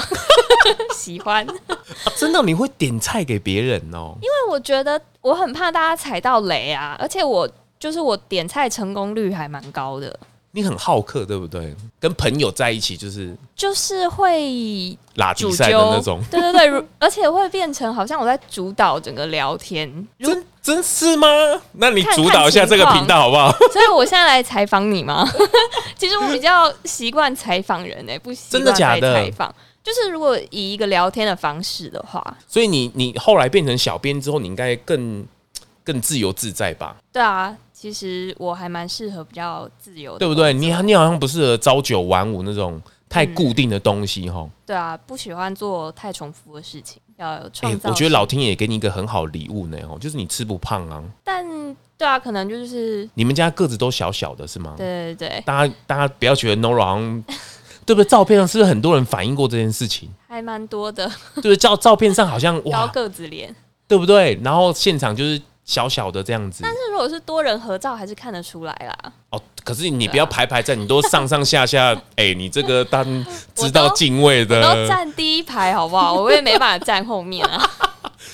S2: 喜欢，因
S1: 啊真的你会点菜给别人哦？
S2: 为我觉得我很怕大家踩到雷啊，而且我就是我点菜成功率还蛮高的。
S1: 你很好客，对不对？跟朋友在一起就是
S2: 就是会
S1: 拉
S2: 主
S1: 比赛的
S2: 纠
S1: 那种，，
S2: 对对对，如 而且会变成好像我在主导整个聊天，
S1: 真真是吗？那你
S2: 看
S1: 主导一下
S2: 看
S1: 这个
S2: 情况
S1: 频道好不好？
S2: 所以我现在来采访你吗？ 其实我比较习惯采访人诶、不习
S1: 真
S2: 惯
S1: 的假
S2: 被
S1: 的
S2: 采访。就是如果以一个聊天的方式的话，
S1: 所以你你后来变成小编之后，你应该更更自由自在吧，
S2: 对啊，其实我还蛮适合比较自由的，
S1: 对不？对？你你好像不适合朝九晚五那种太
S2: 嗯
S1: 固定的东西哈。
S2: 对啊，不喜欢做太重复的事情，要有
S1: 哎、
S2: 创造、
S1: 我觉得老，天爷给你一个很好礼物呢，哦，就是你吃不胖啊。
S2: 但对啊，可能就是
S1: 你们家个子都小小的是吗？
S2: 对对对，
S1: 大家大家不要觉得 Nora 好像对不对？照片上是不是很多人反映过这件事情？
S2: 还蛮多的
S1: 对不对？照照片上好像
S2: 高
S1: 哇，
S2: 个子脸。
S1: 对不对？然后现场就是小小的这样子。
S2: 但是如果是多人合照，还是看得出来啦。
S1: 哦，可是你不要排排站，你都上上下 下，哎、你这个当知道
S2: 我都
S1: 敬畏
S2: 我都
S1: 的，
S2: 站第一排，好不好？我也没办法站后面啊。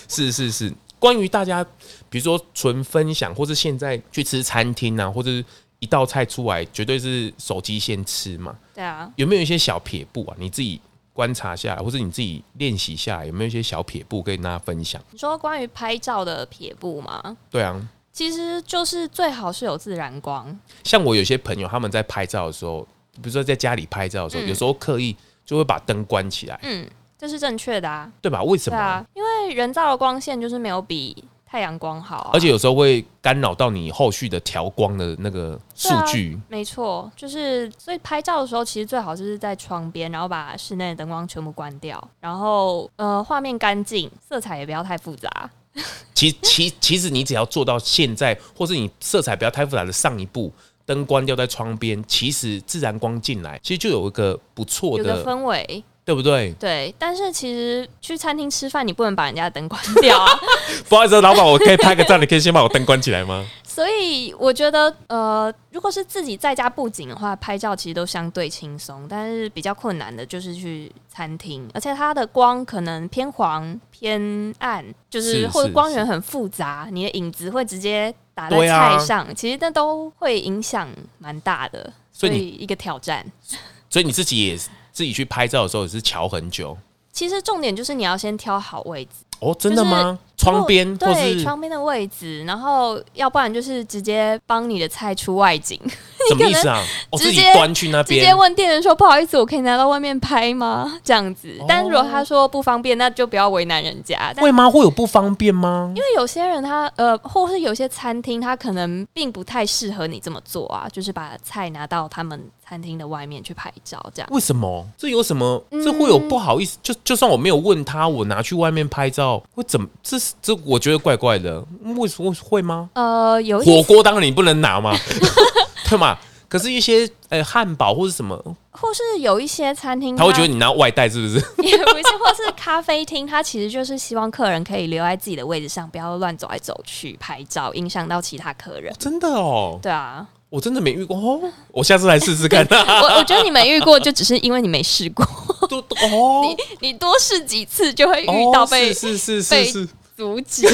S1: 是是是。关于大家，比如说纯分享，或是现在去吃餐厅啊，或者一道菜出来，绝对是手机先吃嘛。
S2: 对啊，
S1: 有没有一些小撇步啊？你自己观察下来，或者你自己练习下来，有没有一些小撇步跟大家分享？
S2: 你说关于拍照的撇步吗？
S1: 对啊，
S2: 其实就是最好是有自然光，
S1: 像我有些朋友他们在拍照的时候，比如说在家里拍照的时候，
S2: 嗯
S1: 有时候刻意就会把灯关起来，
S2: 嗯，这是正确的啊。
S1: 对吧？为什
S2: 对
S1: 么？
S2: 啊，因为人造的光线就是没有比太阳光好、啊，
S1: 而且有时候会干扰到你后续的调光的那个数据。
S2: 没错，就是所以拍照的时候，其实最好就是在窗边，然后把室内的灯光全部关掉，然后呃，画面干净，色彩也不要太复杂。
S1: 其其其实你只要做到现在，或是你色彩不要太复杂的上一步，灯关掉在窗边，其实自然光进来，其实就有一个不错
S2: 有个
S1: 的，
S2: 氛围，
S1: 对不对？
S2: 对。但是其实去餐厅吃饭，你不能把人家的灯关掉啊，
S1: 不好意思，老板，我可以拍个照，你可以先把我灯关起来 吗？
S2: 所以我觉得，呃，如果是自己在家布景的话，拍照其实都相对轻松，但是比较困难的就是去餐厅，而且它的光可能偏黄、偏暗，就是
S1: 是
S2: 或者
S1: 是
S2: 光
S1: 是
S2: 源很复杂，你的影子会直接打在
S1: 对啊
S2: 菜上，其实那都会影响蛮大的，
S1: 所
S2: 所
S1: 以你
S2: 以一个挑战。
S1: 所以你自己也自己去拍照的时候也是瞧很久
S2: 其实重点就是你要先挑好位置，
S1: 哦，真的吗？窗边或
S2: 对
S1: 是
S2: 窗边的位置，然后要不然就是直接帮你的菜出外景，
S1: 什么意思啊？哦，自
S2: 直
S1: 己
S2: 接
S1: 端去那
S2: 直接
S1: 边，
S2: 问店员说不好意思，我可以拿到外面拍吗？这样子
S1: 哦。
S2: 但如果他说不方便，那就不要为难人家。但
S1: 会吗？会有不方便吗？
S2: 因为有些人他呃，或是有些餐厅他可能并不太适合你这么做啊，就是把菜拿到他们餐厅的外面去拍照这样。
S1: 为什么？这有什么？
S2: 嗯
S1: 这会有不好意思？就就算我没有问他，我拿去外面拍照会怎么？这是这我觉得怪怪的，为什么会吗？
S2: 呃，有一
S1: 火
S2: 些
S1: 锅当然你不能拿嘛， 对嘛？可是，一些呃汉堡或者什么，
S2: 或是有一些餐厅
S1: 他会觉得你拿外带是不是？
S2: 也不是，或是咖啡厅，它其实就是希望客人可以留在自己的位置上，不要乱走来走去拍照，影响到其他客人。
S1: 真的哦，
S2: 对啊，
S1: 我真的没遇过哦，我下次来试试看。啊
S2: 我我觉得你没遇过，就只是因为你没试过，
S1: 都都哦，
S2: 你多试几次就会遇
S1: 哦
S2: 到被
S1: 是嗯是是是
S2: 被
S1: 是，
S2: 阻止。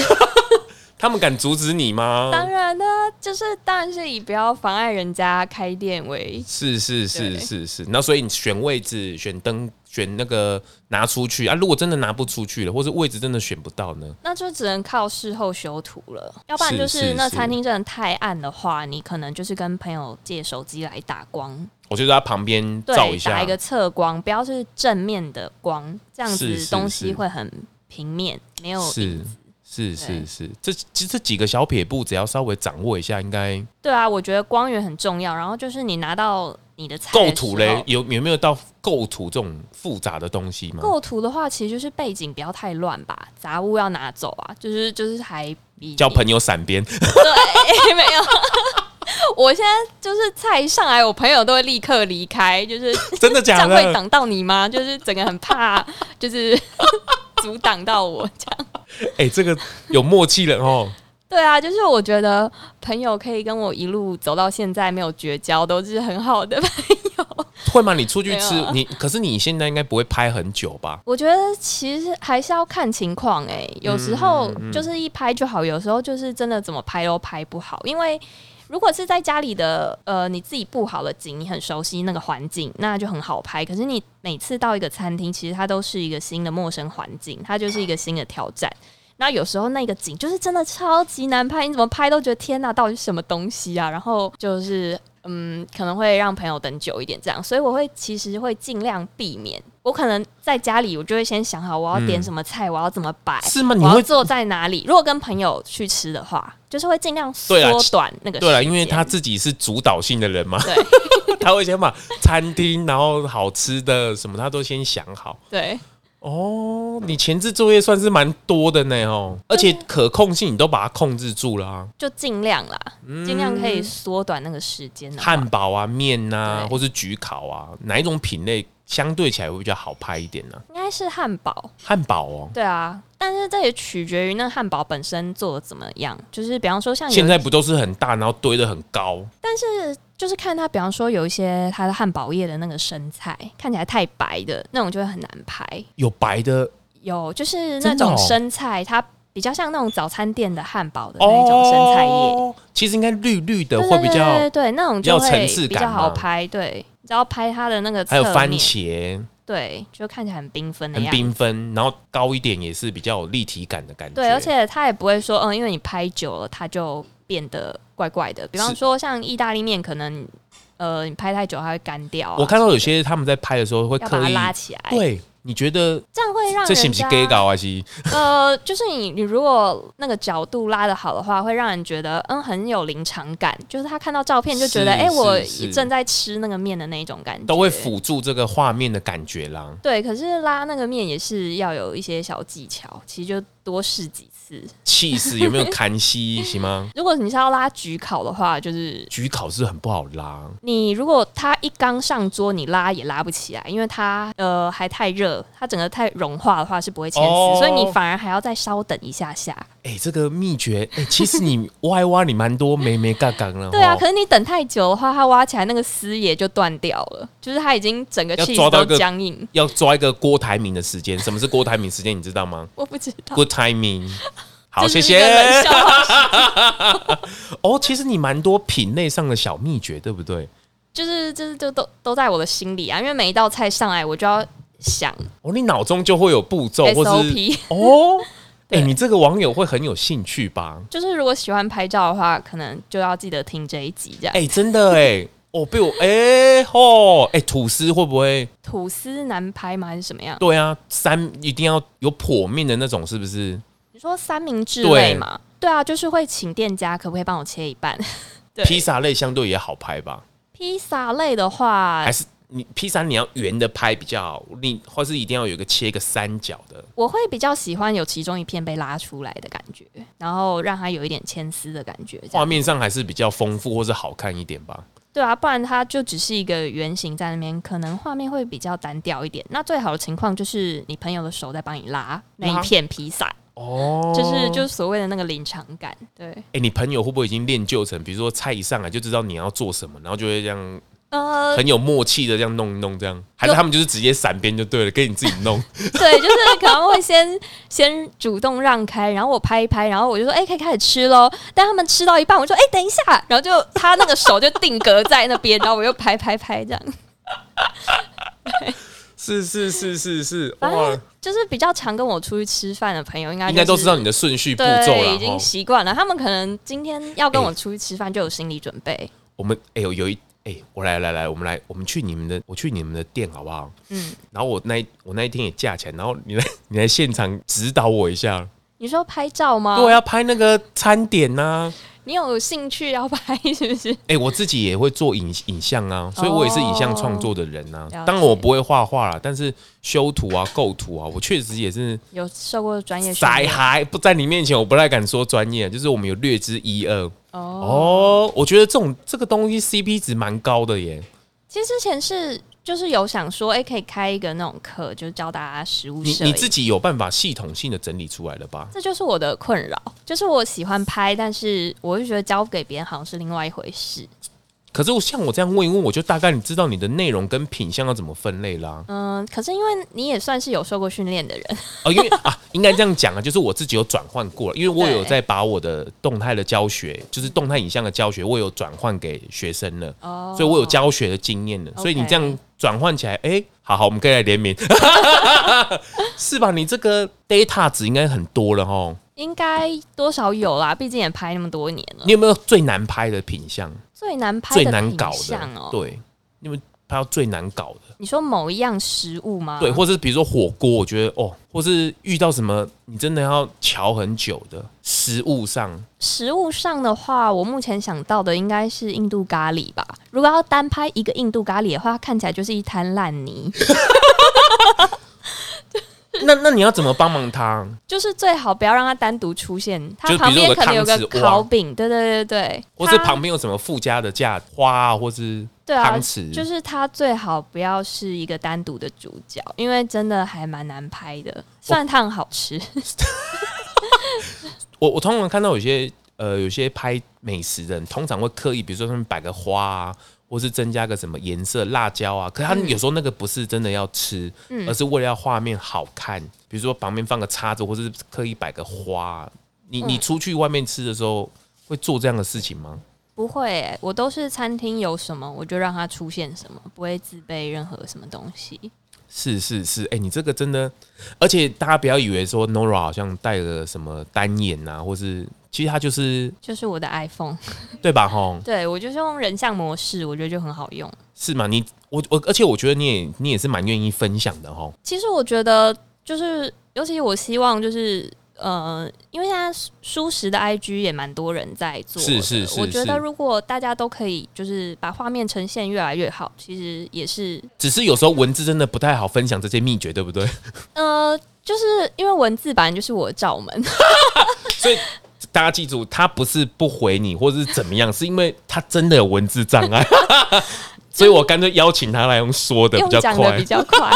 S1: 他们敢阻止你吗？
S2: 当然呢，就是当然是以不要妨碍人家开店为。
S1: 是是是
S2: 对
S1: 是是，那所以你选位置、选灯、选那个拿出去啊，如果真的拿不出去了，或者位置真的选不到呢？
S2: 那就只能靠事后修图了，要不然
S1: 是
S2: 就是是那
S1: 是
S2: 餐厅真的太暗的话，你可能就是跟朋友借手机来打光，
S1: 我就在他旁边照
S2: 对，
S1: 一下
S2: 打一，个侧光，不要是正面的光，这样
S1: 是
S2: 子
S1: 是
S2: 东
S1: 是
S2: 西会很平面，没有
S1: 是是是
S2: 对
S1: 是，这其实这几个小撇步，只要稍微掌握一下，应该
S2: 对啊，我觉得光源很重要。然后就是你拿到你的菜的
S1: 构
S2: 时
S1: 图
S2: 候
S1: 嘞，，有有没有到构图这种复杂的东西吗？
S2: 构图的话其实就是背景不要太乱吧，杂物要拿走啊，就是就是还比
S1: 叫朋友闪边，
S2: 对 没有。我现在就是菜上来，我朋友都会立刻离开，就是
S1: 真的
S2: 这
S1: 假
S2: 样会
S1: 的？
S2: 挡到你吗？就是整个很怕， 就是阻挡到我这样。
S1: 哎、这个有默契了哦。
S2: 对啊，就是我觉得朋友可以跟我一路走到现在没有绝交，都是很好的。
S1: 会吗？你出去吃
S2: 没有，啊
S1: 你可是你现在应该不会拍很久吧？
S2: 我觉得其实还是要看情况哎、有时候
S1: 嗯
S2: 就是一拍就好，有时候就是真的怎么拍都拍不好，因为。如果是在家里的，呃，你自己布好了景，你很熟悉那个环境，那就很好拍。可是你每次到一个餐厅，其实它都是一个新的陌生环境，它就是一个新的挑战。那有时候那个景就是真的超级难拍，你怎么拍都觉得天哪，到底是什么东西啊？然后就是嗯，可能会让朋友等久一点这样，所以我会其实会尽量避免。我可能在家里，我就会先想好我要点什么菜，我要怎么摆，
S1: 是吗？你
S2: 我要
S1: 会
S2: 坐在哪里。如果跟朋友去吃的话，就是会尽量缩
S1: 对啦
S2: 短那个时
S1: 对
S2: 间。
S1: 啊了，因为他自己是主导性的人嘛，
S2: 对
S1: 他会先把餐厅，然后好吃的什么，他都先想好。
S2: 对
S1: 哦，你前置作业算是蛮多的呢哦，而且可控性你都把它控制住了啊，
S2: 就尽量啦，尽量可以缩短那个时间的
S1: 嗯
S2: 话。
S1: 汉堡啊、面啊，
S2: 对
S1: 或是焗烤啊，哪一种品类相对起来会比较好拍一点呢、
S2: 应该是汉堡，
S1: 汉堡哦，
S2: 对啊，但是这也取决于那汉堡本身做的怎么样。就是比方说像有
S1: 现在不都是很大，然后堆得很高，
S2: 但是就是看它，比方说有一些它的汉堡业的那个生菜看起来太白的那种，就会很难拍。
S1: 有白的
S2: 有就是
S1: 真
S2: 那
S1: 的哦
S2: 种生菜，它比较像那种早餐店的汉堡的那一种生菜叶，
S1: 哦，其实应该绿绿的
S2: 对
S1: 会比
S2: 对
S1: 较
S2: 对，对，那种就
S1: 比较层次感
S2: 会比
S1: 嘛
S2: 较好拍。对，只要拍它的那个
S1: 还有
S2: 侧
S1: 番
S2: 面，
S1: 茄，
S2: 对，就看起来很缤纷的
S1: 很
S2: 样子。
S1: 缤纷，然后高一点也是比较有立体感的感觉。
S2: 对，而且它也不会说，嗯，因为你拍久了，它就变得怪怪的。比方
S1: 是
S2: 说像意大利面，可能呃你拍太久它会干掉啊、
S1: 我看到有些他们在拍的时候会
S2: 要把
S1: 刻
S2: 它
S1: 意
S2: 拉起来，
S1: 对。你觉得
S2: 这样会让
S1: 这是
S2: 人
S1: 不是
S2: 家
S1: gay 搞还是？
S2: 呃，就是你你如果那个角度拉的好的话，会让人觉得嗯很有临场感，就是他看到照片就觉得
S1: 是
S2: 哎、我
S1: 是是
S2: 正在吃那个面的那一种感觉，
S1: 都会辅助这个画面的感觉啦。
S2: 对，可是拉那个面也是要有一些小技巧，其实就多试几次。
S1: 气势有没 有砍息行吗？
S2: 如果你是要拉焗烤的话，就是
S1: 焗烤是很不好拉，
S2: 你如果它一刚上桌，你拉也拉不起来，因为它呃还太热，它整个太融化的话是不会牵丝，
S1: 哦
S2: 所以你反而还要再稍等一下下。
S1: 哎、这个秘诀，哎、其实你歪歪你蛮多没没嘎嘎了，
S2: 对啊，
S1: 吼
S2: 可是你等太久的话，它挖起来那个丝也就断掉了，就是它已经整个
S1: 要
S2: cheese
S1: 抓到一个
S2: 都僵硬。
S1: 要抓一个郭台铭的时间。什么是郭台铭时间？你知道吗
S2: 我不知道，
S1: ？Good timing。好，
S2: 这是
S1: 谢谢
S2: 一个。冷笑话
S1: 哦，其实你蛮多品类上的小秘诀，对不对？
S2: 就是就是就都都在我的心里啊，因为每一道菜上来，我就要想
S1: 哦，你脑中就会有步骤，或是
S2: SOP。
S1: 哦，哎、
S2: 对
S1: 你这个网友会很有兴趣吧？
S2: 就是如果喜欢拍照的话，可能就要记得听这一集这样。
S1: 哎、真的哎、哦，被我哎、吼，哎、吐司会不会？
S2: 吐司难拍吗？还是什么样？
S1: 对啊，三一定要有破面的那种，是不是？
S2: 你说三明治
S1: 对
S2: 类嘛？对啊，就是会请店家可不可以帮我切一半？对
S1: 披萨类相对也好拍吧？
S2: 披萨类的话
S1: 还，是你披萨你要圆的拍比较好，你或是一定要有一个切一个三角的？
S2: 我会比较喜欢有其中一片被拉出来的感觉，然后让它有一点牵丝的感觉。这
S1: 画
S2: 样
S1: 面上还是比较丰富或是好看一点吧。
S2: 对啊，不然它就只是一个圆形在那边，可能画面会比较单调一点。那最好的情况就是你朋友的手在帮你拉那一片披萨，
S1: 哦，
S2: 就是就是所谓的那个临场感。对，
S1: 哎、你朋友会不会已经练就成，比如说菜一上来就知道你要做什么，然后就会这样
S2: 呃，
S1: 很有默契的这样弄一弄，这样？还是他们就是直接闪边就对了，跟你自己弄？
S2: 对，就是可能会先先主动让开，然后我拍一拍，然后我就说，哎、可以开始吃喽。但他们吃到一半，我说，哎、等一下，然后就他那个手就定格在那边，然后我又拍拍拍这样，
S1: 是是是是是，
S2: 反
S1: 哇
S2: 正！就是比较常跟我出去吃饭的朋友，应该、就是、
S1: 应该都知道你的顺序步骤
S2: 对，
S1: 了
S2: 已经
S1: 哈。
S2: 习惯了。他们可能今天要跟
S1: 哎
S2: 我出去吃饭，就有心理准备。
S1: 我们哎呦、有一哎、我来来来，我们来，我们去你们的，我去你们的店好不好？
S2: 嗯，
S1: 然后我那一我那一天也架起来，然后你来 你来现场指导我一下，
S2: 你说拍照吗？
S1: 对，要拍那个餐点呐、
S2: 你有兴趣要拍是不是？
S1: 哎、我自己也会做影影像啊，所以我也是影像创作的人呐、
S2: 哦了解
S1: 当然我不会画画啦，但是修图啊、构图啊，我确实也是
S2: 有受过专业训
S1: 宅
S2: 练
S1: 孩，不在你面前我不太敢说专业，就是我们有略知一二。
S2: 哦。
S1: 哦，我觉得这种这个东西 CP 值蛮高的耶。
S2: 其实之前是就是有想说，哎、可以开一个那种课，就是教大家食物
S1: 你
S2: 摄
S1: 你
S2: 影。
S1: 自己有办法系统性的整理出来了吧？
S2: 这就是我的困扰，就是我喜欢拍，但是我就觉得交给别人好像是另外一回事。
S1: 可是我像我这样问一问，我就大概你知道你的内容跟品相要怎么分类啦、
S2: 嗯，可是因为你也算是有受过训练的人，
S1: 哦，因为啊，应该这样讲啊，就是我自己有转换过了，因为我有
S2: 对
S1: 在把我的动态的教学，就是动态影像的教学，我有转换给学生了，
S2: 哦
S1: 所以我有教学的经验了。所以你
S2: OK
S1: 这样转换起来，哎、好好，我们可以来联名， 是吧？你这个 data 值应该很多了哦。
S2: 应该多少有啦，毕竟也拍那么多年了。
S1: 你有没有最难拍的品相，
S2: 最难拍的
S1: 最难搞
S2: 品
S1: 的？
S2: 相哦，
S1: 对，你有没有拍到最难搞的？
S2: 你说某一样食物吗？
S1: 对，或是比如说火锅，我觉得哦，或是遇到什么你真的要瞧很久的食物上，
S2: 食物上的话，我目前想到的应该是印度咖喱吧。如果要单拍一个印度咖喱的话，它看起来就是一滩烂泥。
S1: 那那你要怎么帮忙他？
S2: 就是最好不要让它单独出现，它
S1: 就比
S2: 旁
S1: 如说
S2: 边
S1: 有个
S2: 可能有个
S1: 汤匙哇
S2: 烤饼，对对对对，
S1: 或是
S2: 它
S1: 旁边有什么附加的价花啊，或是
S2: 对啊
S1: 汤，匙？
S2: 就是它最好不要是一个单独的主角，因为真的还蛮难拍的。虽然它很好吃，
S1: 我我通常看到有些呃有些拍美食的人，通常会刻意，比如说他们摆个花啊，或是增加个什么颜色辣椒啊。可是他
S2: 嗯
S1: 们有时候那个不是真的要吃，而是为了要画面好看，比如说旁边放个叉子，或是刻意摆个花啊。你你
S2: 嗯
S1: 出去外面吃的时候会做这样的事情吗？
S2: 不会欸、我都是餐厅有什么我就让它出现什么，不会自备任何什么东西。
S1: 是是是，哎、你这个真的，而且大家不要以为说 Nora 好像带了什么单眼啊，或是其实他就是
S2: 就是我的 iPhone，
S1: 对吧？吼，
S2: 对我就是用人像模式，我觉得就很好用。
S1: 是吗？你我我，而且我觉得你也你也是蛮愿意分享的吼。
S2: 其实我觉得，就是尤其我希望就是。呃，因为现在舒舒适的 IG 也蛮多人在做
S1: 是
S2: 的，
S1: 是是
S2: 我觉
S1: 是
S2: 得如果大家都可以就是把画面呈现越来越好，其实也是
S1: 只是有时候文字真的不太好分享这些秘诀，对不对？
S2: 呃，就是因为文字版就是我的罩门，
S1: 所以大家记住，他不是不回你或者是怎么样，是因为他真的有文字障碍， 所以我干脆邀请他来用说的比
S2: 用
S1: 较
S2: 讲
S1: 快
S2: 的。比 较快。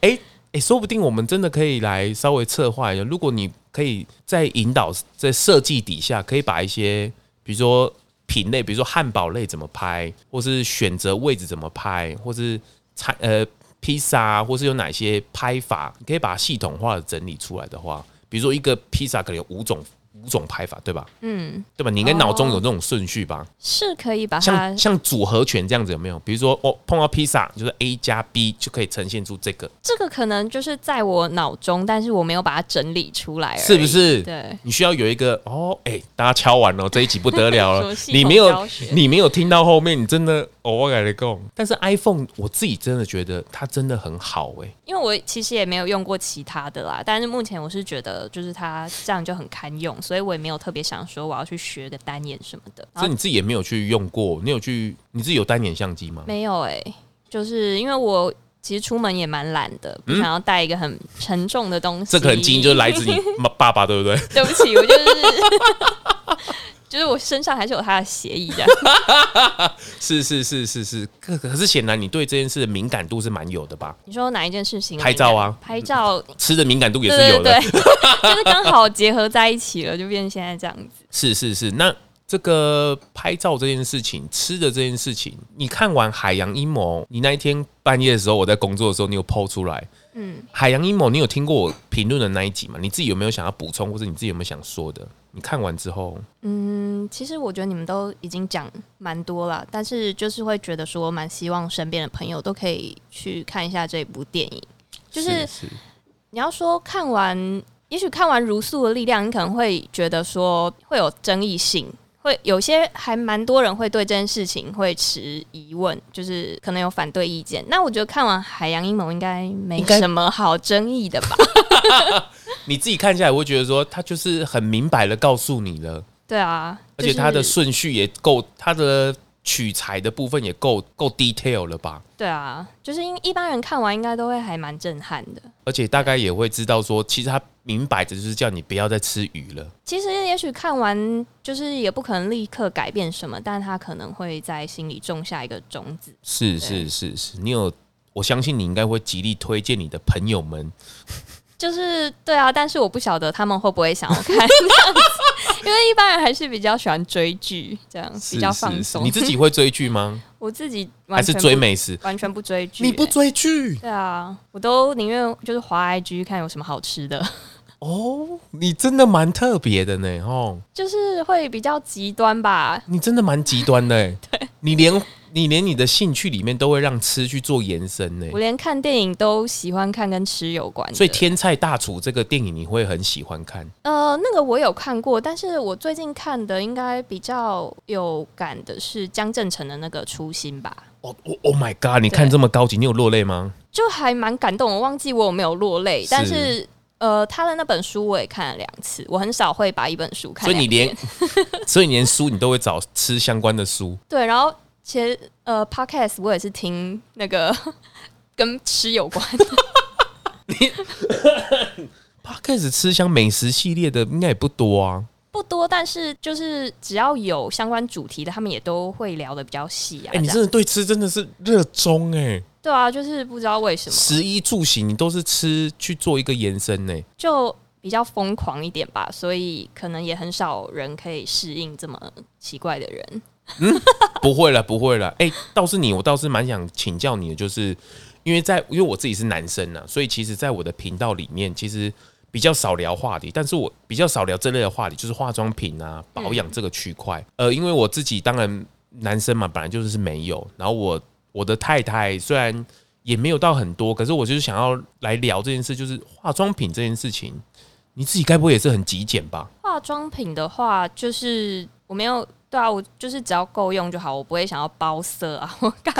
S1: 诶，说不定我们真的可以来稍微策划一下。如果你可以在引导在设计底下，可以把一些比如说品类，比如说汉堡类怎么拍，或是选择位置怎么拍，或是餐呃披萨啊，或是有哪些拍法，你可以把它系统化的整理出来的话，比如说一个披萨可能有五种五种排法，对吧？
S2: 嗯，
S1: 对吧？你应该脑中
S2: 哦啊
S1: 有这种顺序吧？
S2: 是可以把它
S1: 像像组合拳这样子有没有？比如说，哦，碰到披萨就是 A 加 B 就可以呈现出这个，
S2: 这个可能就是在我脑中，但是我没有把它整理出来而已，
S1: 是不是？
S2: 对，
S1: 你需要有一个哦，哎、大家敲完了这一集不得 了
S2: 什
S1: 了
S2: 么，系统
S1: 你没有
S2: 教学
S1: 你没有听到后面，你真的哦，我改了够。但是 iPhone 我自己真的觉得它真的很好哎、
S2: 因为我其实也没有用过其他的啦，但是目前我是觉得就是它这样就很堪用，所以我也没有特别想说我要去学个单眼什么的。然
S1: 所以
S2: 后
S1: 你自己也没有去用过，你有去你自己有单眼相机吗？
S2: 没有哎、就是因为我其实出门也蛮懒的，不想要带一个很沉重的东西。
S1: 嗯这可能基因就是来 自你妈爸爸，对不对？
S2: 对不起，我就是。 就是我身上还是有它的协议的，
S1: 是是是是是，可可是显然你对这件事的敏感度是蛮有的吧？
S2: 你说哪一件事情？
S1: 拍照啊，
S2: 拍照
S1: 吃的敏感度也是
S2: 对
S1: 有的，
S2: 对 对就是刚好结合在一起了，就变成现在这样子。
S1: 是是是，那这个拍照这件事情，吃的这件事情，你看完《海洋阴谋》，你那一天半夜的时候，我在工作的时候，你有抛出来，嗯，《海洋阴谋》，你有听过我评论的那一集吗？你自己有没有想要补充，或者你自己有没有想说的？你看完之后，
S2: 嗯，其实我觉得你们都已经讲蛮多了，但是就是会觉得说，蛮希望身边的朋友都可以去看一下这部电影。就是
S1: 是
S2: 你要说看完，也许看完《如素的力量》，你可能会觉得说会有争议性，会有些还蛮多人会对这件事情会持疑问，就是可能有反对意见。那我觉得看完《海洋阴谋》应该没
S1: 应该
S2: 什么好争议的吧？
S1: 你自己看下来，我会觉得说，他就是很明白的告诉你了，
S2: 对啊，
S1: 而且他的
S2: 就是
S1: 顺序也够，他的取材的部分也够够 detail 了吧？
S2: 对啊，就是因一般人看完应该都会还蛮震撼的。
S1: 而且大概也会知道说，其实他明摆着就是叫你不要再吃鱼了。
S2: 其实也许看完就是也不可能立刻改变什么，但他可能会在心里种下一个种子。
S1: 是是是是，你有，我相信你应该会极力推荐你的朋友们。
S2: 就是对啊，但是我不晓得他们会不会想要看这样子，因为一般人还是比较喜欢追剧，这样比较放
S1: 是是
S2: 松。
S1: 是你自己会追剧吗？
S2: 我自己 完
S1: 还
S2: 全
S1: 是
S2: 不
S1: 追美食？
S2: 完全不追剧、
S1: 你不
S2: 欸
S1: 追剧
S2: 对啊，我都宁愿就是滑 IG 看有什么好吃的，
S1: 哦，你真的蛮特别的呢，哦，
S2: 就是会比较极端吧。
S1: 你真的蛮极端的 欸，你连你连你的兴趣里面都会让吃去做延伸呢。欸
S2: 我连看电影都喜欢看跟吃有关的，
S1: 所以《天菜大厨》这个电影你会很喜欢看，
S2: 呃，那个我有看过，但是我最近看的应该比较有感的是江正成的那个《初心》吧，
S1: 哦哦 Oh my god！你看
S2: 对
S1: 这么高级，你有落泪吗？
S2: 就还蛮感动。我忘记我有没有落泪，但
S1: 是
S2: 是呃，他的那本书我也看了两次，我很少会把一本书看
S1: 所以
S2: 两
S1: 你
S2: 遍。
S1: 连，所以你连 书你都会找吃相关的书，
S2: 对，然后其实呃，podcast 我也是听那个 跟吃有关，
S1: Podcast 吃香美食系列的应该也不多啊。
S2: 不多，但是就是只要有相关主题的，他们也都会聊的比较细啊。
S1: 哎、你
S2: 这
S1: 真的
S2: 样
S1: 对吃真的是热衷哎、
S2: 对啊，就是不知道为什么
S1: 食衣住行你都是吃去做一个延伸哎呢、
S2: 就比较疯狂一点吧，所以可能也很少人可以适应这么奇怪的人。
S1: 不会了，不会了。哎、倒是你，我倒是蛮想请教你的，就是因为在因为我自己是男生呐、所以其实在我的频道里面，其实比较少聊话题，但是我比较少聊这类的话题，就是化妆品啊、保养这个区块。呃，因为我自己当然男生嘛，本来就是没有。然后我我的太太虽然也没有到很多，可是我就是想要来聊这件事，就是化妆品这件事情，你自己该不会也是很极简吧？
S2: 化妆品的话，就是我没有对啊，我就是只要够用就好，我不会想要包色啊， 我干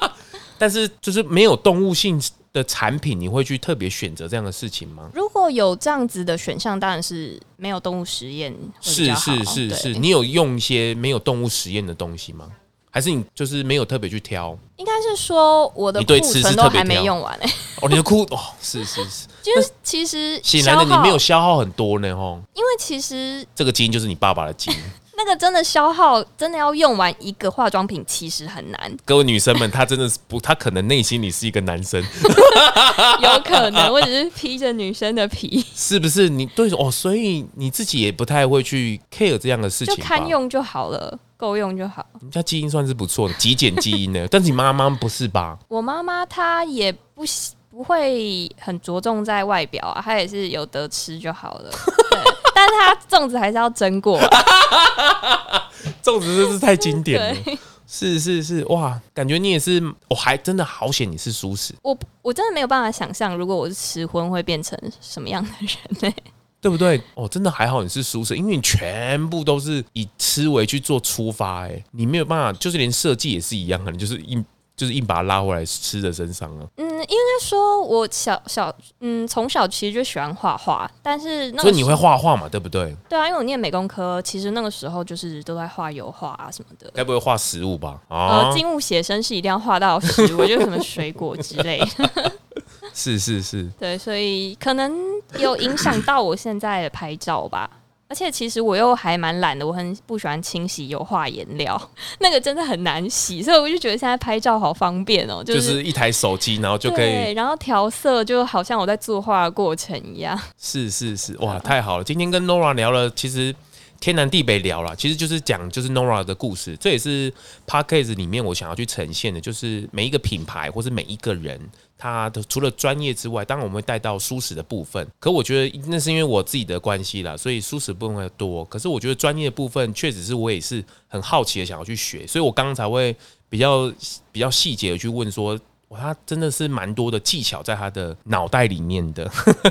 S2: 嘛？
S1: 但是就是没有动物性的产品，你会去特别选择这样的事情吗？
S2: 如果有这样子的选项，当然是没有动物实验会比
S1: 是
S2: 较好
S1: 是
S2: 嗯
S1: 是
S2: 对
S1: 是，你有用一些没有动物实验的东西吗？还是你就是没有特别去挑？
S2: 应该是说我的
S1: 你
S2: 库
S1: 对吃
S2: 存
S1: 是
S2: 都
S1: 特别
S2: 还没
S1: 挑
S2: 用完、欸，
S1: 哦，你的裤哦，是是是，
S2: 就是其实
S1: 显然的
S2: 消
S1: 你
S2: 耗
S1: 没有，消耗很多呢，吼，
S2: 因为其实
S1: 这个基因就是你爸爸的基 因。
S2: 那个真的消耗，真的要用完一个化妆品其实很难，
S1: 各位女生们，他真的是不，他可能内心里是一个男生，
S2: 有可能，我只是披着女生的皮，
S1: 是不是？你对哦，所以你自己也不太会去 care 这样的事
S2: 就
S1: 情吧。
S2: 堪用就好了，够用就好。
S1: 你家基因算是不错的，极简基因呢，但是你妈妈不是吧？
S2: 我妈妈她也 不喜不会很着重在外表啊，她也是有得吃就好了。对但是它粽子还是要蒸过啊，
S1: 粽子真是太经典了。
S2: 对。
S1: 是是是，哇，感觉你也是，我、还真的好险你是素食，
S2: 我我真的没有办法想象，如果我是吃荤会变成什么样的人 欸呢、
S1: 对不对？哦，真的还好你是素食，因为你全部都是以吃为去做出发、欸，你没有办法，就是连设计也是一样啊，你就是硬就是硬把它拉回来吃的身上啊，
S2: 嗯，应该说我小小嗯从小其实就喜欢画画，但是那个
S1: 所以你
S2: 时
S1: 会画画嘛，对不对？
S2: 对啊，因为我念美工科，其实那个时候就是都在画油画啊什么的。
S1: 该不会画食物吧？啊
S2: 呃，，静物写生是一定要画到食物，就是什么水果之类的。
S1: 是是是，
S2: 对，所以可能有影响到我现在的拍照吧。 而且其实我又还蛮懒的，我很不喜欢清洗油画颜料， 那个真的很难洗，所以我就觉得现在拍照好方便哦，、
S1: 就是是一台手机，然后就可以
S2: 对，然后调色就好像我在作画的过程一样。
S1: 是是是，哇，太好了！今天跟 Nora 聊了，其实天南地北聊了，其实就是讲就是 Nora 的故事，这也是 p a c k a g e 里面我想要去呈现的，就是每一个品牌或是每一个人，他的除了专业之外，当然我们会带到舒适的部分。可我觉得那是因为我自己的关系啦，所以舒适部分会多。可是我觉得专业部分确实是我也是很好奇的想要去学，所以我刚刚才会比较比较细节的去问说。哇，他真的是蛮多的技巧在他的脑袋里面的，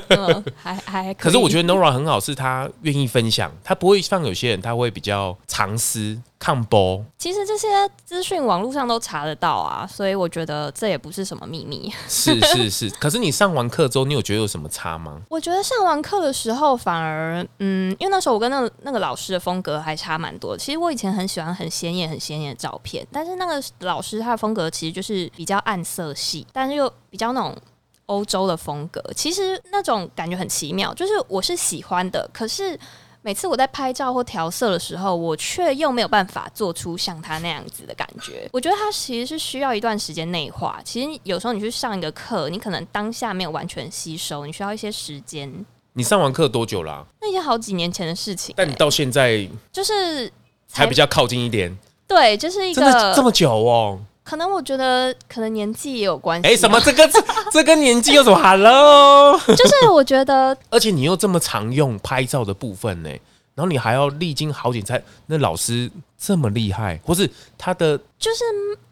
S2: 嗯，还还
S1: 可是我觉
S2: 得
S1: 得 Nora 很好，是她愿意分享，她不会像有些人，她会比较藏私、抗波。
S2: 其实这些资讯网络上都查得到啊，所以我觉得这也不是什么秘密。
S1: 是是是。可是你上完课之后，你有觉得有什么差吗？
S2: 我觉得上完课的时候，反而嗯，因为那时候我跟那个那个老师的风格还差蛮多的。其实我以前很喜欢很鲜艳、很鲜艳的照片，但是那个老师他的风格其实就是比较暗色系，但是又比较那种欧洲的风格。其实那种感觉很奇妙，就是我是喜欢的，可是。每次我在拍照或调色的时候，我却又没有办法做出像他那样子的感觉。我觉得他其实是需要一段时间内化。其实有时候你去上一个课，你可能当下没有完全吸收，你需要一些时间。
S1: 你上完课多久啦、
S2: 那已经好几年前的事情、
S1: 但你到现在
S2: 就是
S1: 才比较靠近一点，
S2: 对，就是一
S1: 真的这
S2: 个
S1: 么久哦？
S2: 可能我觉得可能年纪啊也有关系、
S1: 哎、什么？这跟这这跟年纪有什么？Hello，
S2: 就是我觉得
S1: 而且你又这么常用拍照的部分呢、然后你还要历经好几次，那老师这么厉害，或是他的
S2: 就是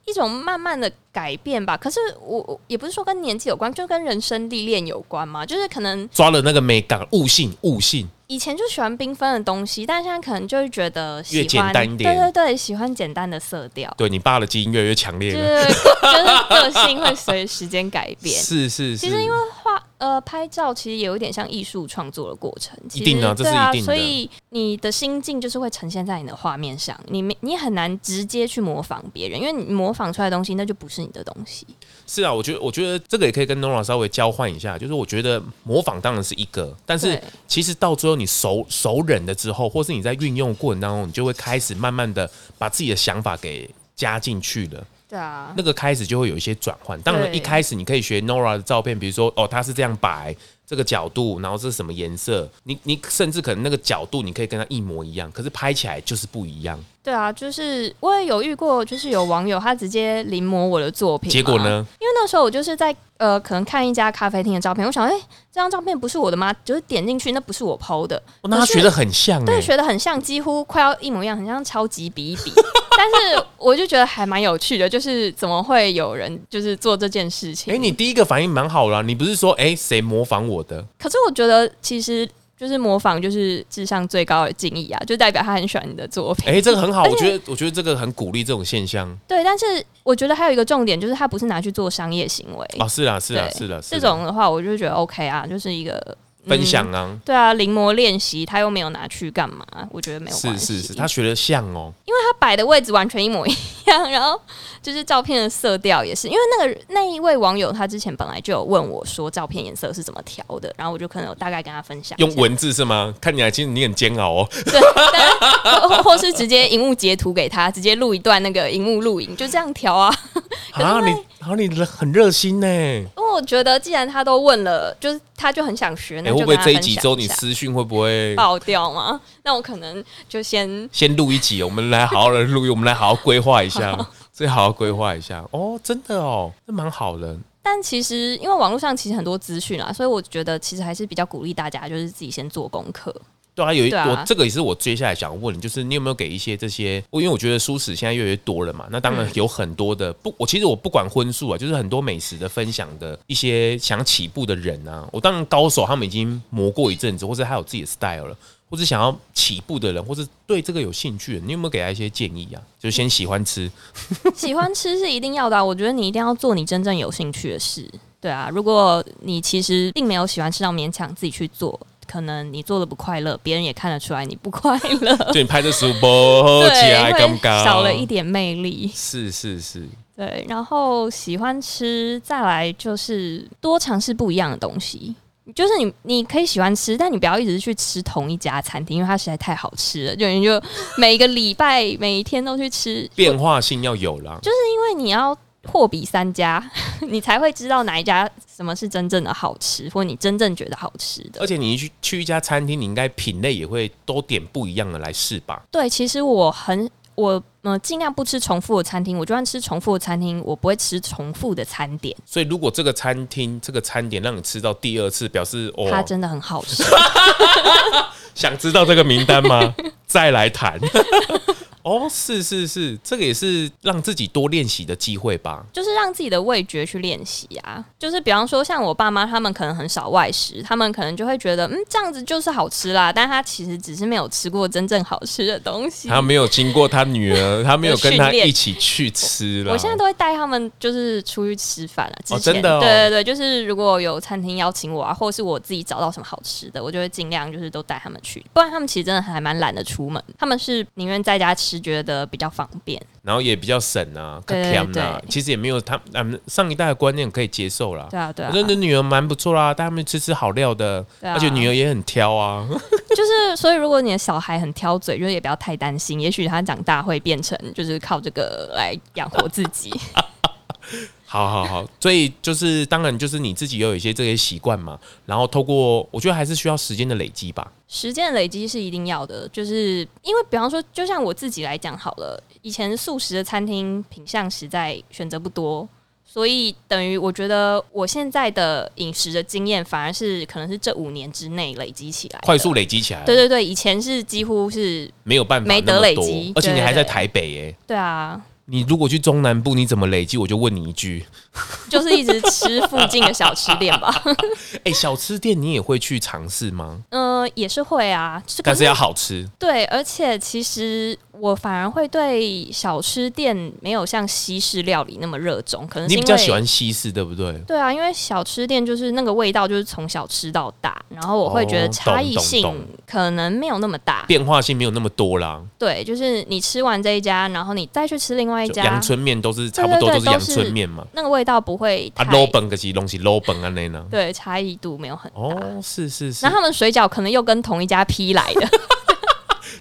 S2: 一种慢慢的改变吧。可是我我也不是说跟年纪有关，就跟人生历练有关嘛。就是可能
S1: 抓了那个美感悟性悟性，
S2: 以前就喜欢缤纷的东西，但现在可能就会觉得喜欢
S1: 越简单一点
S2: 对对对，喜欢简单的色调，
S1: 对你爸的基因越来越强烈
S2: 就
S1: 了。
S2: 是就是个性会随时间改变。
S1: 是是是，
S2: 其实因为画呃拍照其实也有一点像艺术创作的过程，其实
S1: 一定啊这是
S2: 对啊
S1: 一定的
S2: 所以你的心境就是会呈现在你的画面上，你没你很难直接去模仿别人，因为你模仿出来的东西那就不是你的东西。
S1: 是啊，我觉得我觉得这个也可以跟 Nora 稍微交换一下，就是我觉得模仿当然是一个，但是
S2: 对
S1: 其实到最后你熟熟忍了之后，或是你在运用的过程当中，你就会开始慢慢的把自己的想法给加进去了。
S2: 对啊，
S1: 那个开始就会有一些转换。当然，
S2: 对
S1: 一开始你可以学 Nora 的照片，比如说哦，她是这样摆这个角度，然后这是什么颜色，你你甚至可能那个角度你可以跟她一模一样，可是拍起来就是不一样。
S2: 对啊，就是我也有遇过，就是有网友他直接临摹我的作品，
S1: 结果？呢？
S2: 因为那时候我就是在呃，可能看一家咖啡厅的照片，我想，哎、这张照片不是我的吗？就是点进去，那不是我 PO 的，
S1: 哦那她
S2: 可是
S1: 学的很像哎、
S2: 对，学的很像，几乎快要一模一样，很像超级比一 比。但是我就觉得还蛮有趣的，就是怎么会有人就是做这件事情？
S1: 哎、你第一个反应蛮好啦、你不是说哎谁、模仿我的？
S2: 可是我觉得其实就是模仿，就是智商最高的敬意啊，就代表他很喜欢你的作品。
S1: 哎、这个很好，
S2: 而且
S1: 我觉得我觉得这个很鼓励这种现象
S2: 对，但是我觉得还有一个重点就是他不是拿去做商业行为。
S1: 啊，是啦是啦
S2: 哎对
S1: 是啦，是
S2: 这
S1: 啦
S2: 种的话，我就觉得 OK 啊，就是一个、嗯
S1: 分享啊，
S2: 对啊，临摹练习，他又没有拿去干嘛，我觉得没有
S1: 是
S2: 关系。
S1: 是是，他学的像哦，
S2: 他摆的位置完全一模一样，然后就是照片的色调也是，因为那个那一位网友他之前本来就有问我说照片颜色是怎么调的，然后我就可能有大概跟他分享一下
S1: 用文字是吗？看起来其实你很煎熬哦，
S2: 对，但或或是直接荧幕截图给他，直接录一段那个荧幕录影，就这样调啊。
S1: 啊你啊你很热心呢、
S2: 因为我觉得既然他都问了，就是他就很想学，
S1: 哎、
S2: 那
S1: 会
S2: 就跟
S1: 不会
S2: 他
S1: 这一
S2: 分
S1: 集
S2: 享
S1: 之后你
S2: 下哦
S1: 私讯会不会
S2: 爆掉吗？那我可能就先
S1: 先录一集？我们来好好的录，我们来好好规划一 下，
S2: 哦
S1: 所以好好规划一下哦，真的哦，这蛮好的。
S2: 但其实因为网络上其实很多资讯啊，所以我觉得其实还是比较鼓励大家，就是自己先做功课。
S1: 对啊，有一、
S2: 对啊
S1: 我这个也是我接下来想问你，就是你有没有给一些这些？因为我觉得素食现在越来越多了嘛，那当然
S2: 嗯
S1: 有很多的不，我其实我不管荤素啊，就是很多美食的分享的一些想起步的人啊，我当然高手他们已经磨过一阵子，或者他有自己的 style 了。或者想要起步的人，或者对这个有兴趣的，你有没有给他一些建议啊？就是先喜欢 吃，
S2: 喜欢吃是一定要的、啊，我觉得你一定要做你真正有兴趣的事。对啊，如果你其实并没有喜欢吃，到勉强自己去做，可能你做的不快乐，别人也看得出来你不快乐，
S1: 就你拍这书播起来，
S2: 对，
S1: 尴
S2: 会
S1: 尬
S2: 少了一。点魅力。
S1: 是是是，
S2: 对，然后喜欢吃，再来就是多尝试不一样的东西。就是你，你可以喜欢吃，但你不要一直去吃同一家餐厅，因为它实在太好吃了。就你就每个礼拜、每一天都去吃，
S1: 变化性要有啦。
S2: 因为你要货比三家， 你才会知道哪一家什么是真正的好吃，或你真正觉得好吃的
S1: 而。且你一去去一家餐厅，你应该品类也会都点不一样的来试吧？
S2: 对，其实我很我呃尽量不吃重复的餐厅，我就算吃重复的餐厅，我不会吃重复的餐点，
S1: 所以如果这个餐厅这个餐点让你吃到第二次，表示哦，
S2: 它真的很好吃。
S1: 想知道这个名单吗？ 再来谈。 哦，是是是，这个也是让自己多练习的机会吧。
S2: 就是让自己的味觉去练习啊。就是比方说，像我爸妈他们可能很少外食，他们可能就会觉得，嗯，这样子就是好吃啦。但他其实只是没有吃过真正好吃的东西。
S1: 他没有经过他女儿，他没有跟他
S2: 训练
S1: 一起去吃了。
S2: 我现在都会带他们就是出去吃饭啊，之前、
S1: 真啊的哦
S2: 对对对，就是如果有餐厅邀请我啊，或者是我自己找到什么好吃的，我就会尽量就是都带他们去，不然他们其实真的还蛮懒得出门，他们是宁愿在家吃，觉得比较方便。
S1: 然后也比较省啊，
S2: 对对
S1: 较俭啊
S2: 对
S1: 其实也没有他他们上一代的观念可以接受啦。
S2: 对啊，对啊
S1: 我，觉得你女儿蛮不错啦，带他们吃吃好料的，
S2: 对啊
S1: 而且女儿也很挑啊。
S2: 就是所以如果你的小孩很挑嘴，就是也不要太担心，也许他长大会变成就是靠这个来养活自己。
S1: 好好好，所以就是当然就是你自己也有一些这些习惯嘛，然后透过我觉得还是需要时间的累积吧。
S2: 时间的累积是一定要的，就是因为比方说，就像我自己来讲好了，以前素食的餐厅品相实在选择不多，所以等于我觉得我现在的饮食的经验反而是可能是这五年之内累积起来，
S1: 快速。累积起来，
S2: 对对对，以前是几乎是
S1: 没有办法
S2: 没得
S1: 那么
S2: 累
S1: 多
S2: 积
S1: 而且你
S2: 对
S1: 还在
S2: 对
S1: 台北耶、
S2: 对啊，
S1: 你如果去中南部，你怎么累积？我就问你一句，
S2: 就是一直吃附近的小吃店 吧。
S1: 哎、小吃店你也会去尝试吗？
S2: 嗯、也是会啊，是可
S1: 但
S2: 是
S1: 是要好吃，
S2: 对，而且其实我反而会对小吃店没有像西式料理那么热衷，可能是
S1: 你
S2: 因
S1: 比较
S2: 为
S1: 喜欢西式，对不对？
S2: 对啊，因为小吃店就是那个味道，就是从小吃到大，然后我会觉
S1: 哦
S2: 得
S1: 懂
S2: 差异
S1: 懂
S2: 性
S1: 懂
S2: 可能没有那么大。
S1: 变化性没有那么多啦，
S2: 对，就是你吃完这一家，然后你再去吃另外一
S1: 就
S2: 哎家
S1: 阳，春面都是差不多
S2: 对对对
S1: 都是阳
S2: 都是
S1: 春面嘛。
S2: 那个味道不会
S1: 啊
S2: 太、
S1: ，low 本可是东西 low 本啊那呢？
S2: 对，差异度没有很大。
S1: 哦，是是是
S2: 然。后他们水饺可能又跟同一家批来 的，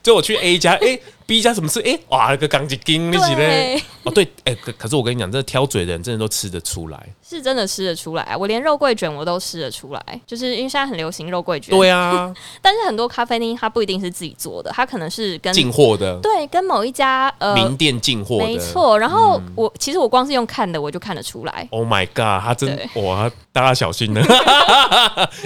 S1: 就我去 A 家，哎、b 家什么事？哎、哇，那个钢筋筋一起嘞。
S2: 对，
S1: 哦，对，哎、可可是我跟你讲，这挑嘴的人真的都吃得出 来。
S2: 是真的吃得出来。我连肉桂卷我都吃得出来，就是因为现在很流行肉桂卷，
S1: 对啊，
S2: 但是很多咖啡厅它不一定是自己做的，它可能是跟
S1: 进货的，
S2: 对跟某一家呃
S1: 名店进货的，嗯
S2: 没。错，然后我、其实我光是用看的我就看得出来。
S1: Oh my god，他真哇，大家小 心了。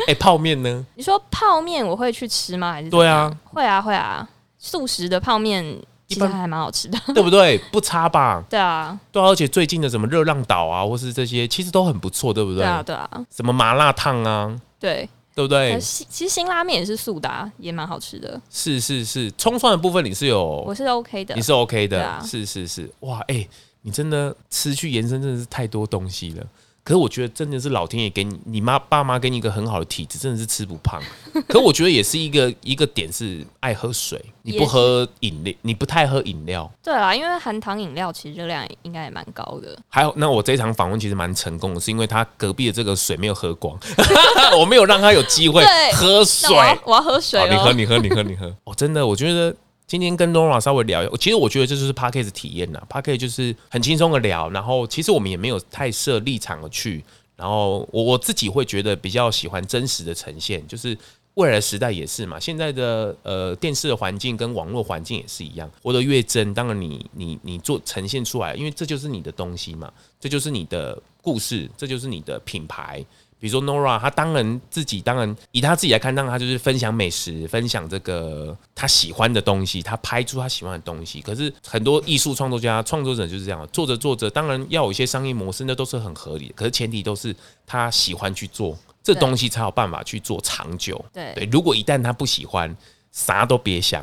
S1: 哎、泡面呢？
S2: 你说泡面我会去吃吗？还是
S1: 对啊
S2: 怎么样，会啊会啊，素食的泡面其实
S1: 般
S2: 还蛮好吃的。
S1: 对不对？不差吧？
S2: 对啊
S1: 对啊、而且最近的什么热浪岛啊，或是这些，其实都很不错，对不对？
S2: 对啊对啊
S1: 什么麻辣烫啊，
S2: 对，
S1: 对不
S2: 还
S1: 对
S2: 有？辛其实辛拉面也是素的、啊，也蛮好吃的，
S1: 是是是，葱蒜的部分你是有
S2: 我是 OK 的
S1: 哦你。是 OK 的，
S2: 对啊
S1: 是是是，哇，哎、你真的吃去延伸真的是太多东西了。可是我觉得真的是老天爷给你，你妈爸妈给你一个很好的体质，真的是吃不胖。可我觉得也是一个一个点是爱喝水，你不
S2: 也是
S1: 喝饮料，你不太喝饮料。
S2: 对啦，因为含糖饮料其实热量应该也蛮高的。
S1: 还有，那我这一场访问其实蛮成功的，是因为他隔壁的这个水没有喝光， 我没有让他有机会
S2: 对
S1: 喝
S2: 那
S1: 水。
S2: 我要我要喝水哦
S1: 好，你喝，
S2: 了。
S1: 你喝，你喝，你喝。 哦，真的，我觉得今天跟 Laura 稍微聊一下，其实我觉得这就是 p a c k a g e 体验呐 p a c k a g e 就是很轻松的聊，然后其实我们也没有太设立场而去，然后我我自己会觉得比较喜欢真实的呈现，就是。未来的时代也是嘛，现在的呃电视的环境跟网络环境也是一样，活得越真，当然你你你做呈现出来，因为这就是你的东西嘛，这就是你的故事，这就是你的品牌，比如说 Nora，她当然自己当然以她自己来看，当然她就是分享美食，分享这个她喜欢的东西，她拍出她喜欢的东西。可是很多艺术创作家、创作者就是这样，做着做着，当然要有一些商业模式，那都是很合理的。可是前提都是他喜欢去做这
S2: 对
S1: 东西，才有办法去做长久。
S2: 对
S1: 对，如果一旦他不喜欢，啥都别想。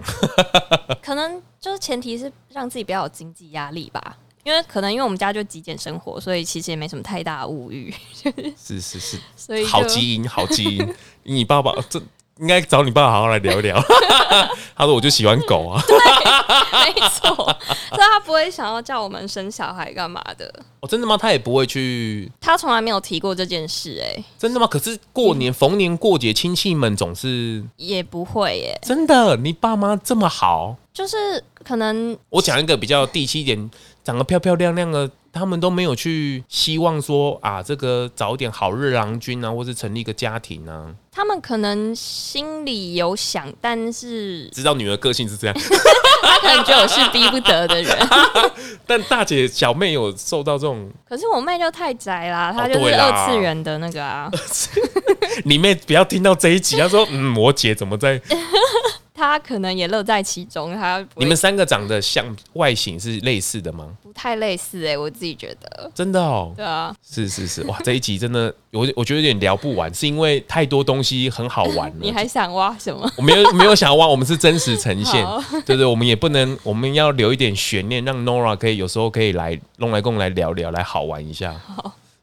S2: 可能就是前提是让自己不要有经济压力吧，因为可能因为我们家就极简生活，所以其实也没什么太大的物欲，
S1: 是是是，
S2: 所以就
S1: 好基因，好基因。你爸爸这应该找你爸爸好好来聊一聊。 他说我就喜欢狗啊。
S2: 没错，所以他不会想要叫我们生小孩干嘛的，
S1: 哦，真的吗？他也不会去，
S2: 他从来没有提过这件事、哎，
S1: 真的吗？可是过年、逢年过节，亲戚们总是
S2: 也不会、耶，
S1: 真的。你爸妈这么好，
S2: 就是可能
S1: 我讲一个比较地气一点，长得漂漂亮亮的，他们都没有去希望说啊，这个找一点好日郎君啊，或是成立一个家庭啊。
S2: 他们可能心里有想，但是
S1: 知道女儿个性是这样，
S2: 他可能觉得我是逼不得的 人。
S1: 但大姐小妹有受到这种，
S2: 可是我妹就太宅啦，她就
S1: 哦对
S2: 是
S1: 啦
S2: 二次元的那个啊，
S1: 你妹不要听到这一集，她说嗯，我姐怎么在？
S2: 她可能也乐在其中，她不
S1: 你
S2: 会
S1: 们三个长得像外形是类似的吗？
S2: 不太类似哎、我自己觉得，
S1: 真的哦，
S2: 对啊，
S1: 是是是，哇，这一集真的，我我觉得有点聊不完，是因为太多东西很好玩了。
S2: 你还想挖什么？
S1: 我没有没有想要挖，我们是真实呈现
S2: 好，
S1: 对对，我们也不能，我们要留一点悬念，让 Nora 可以有时候可以来弄来共来聊聊，来好玩一下。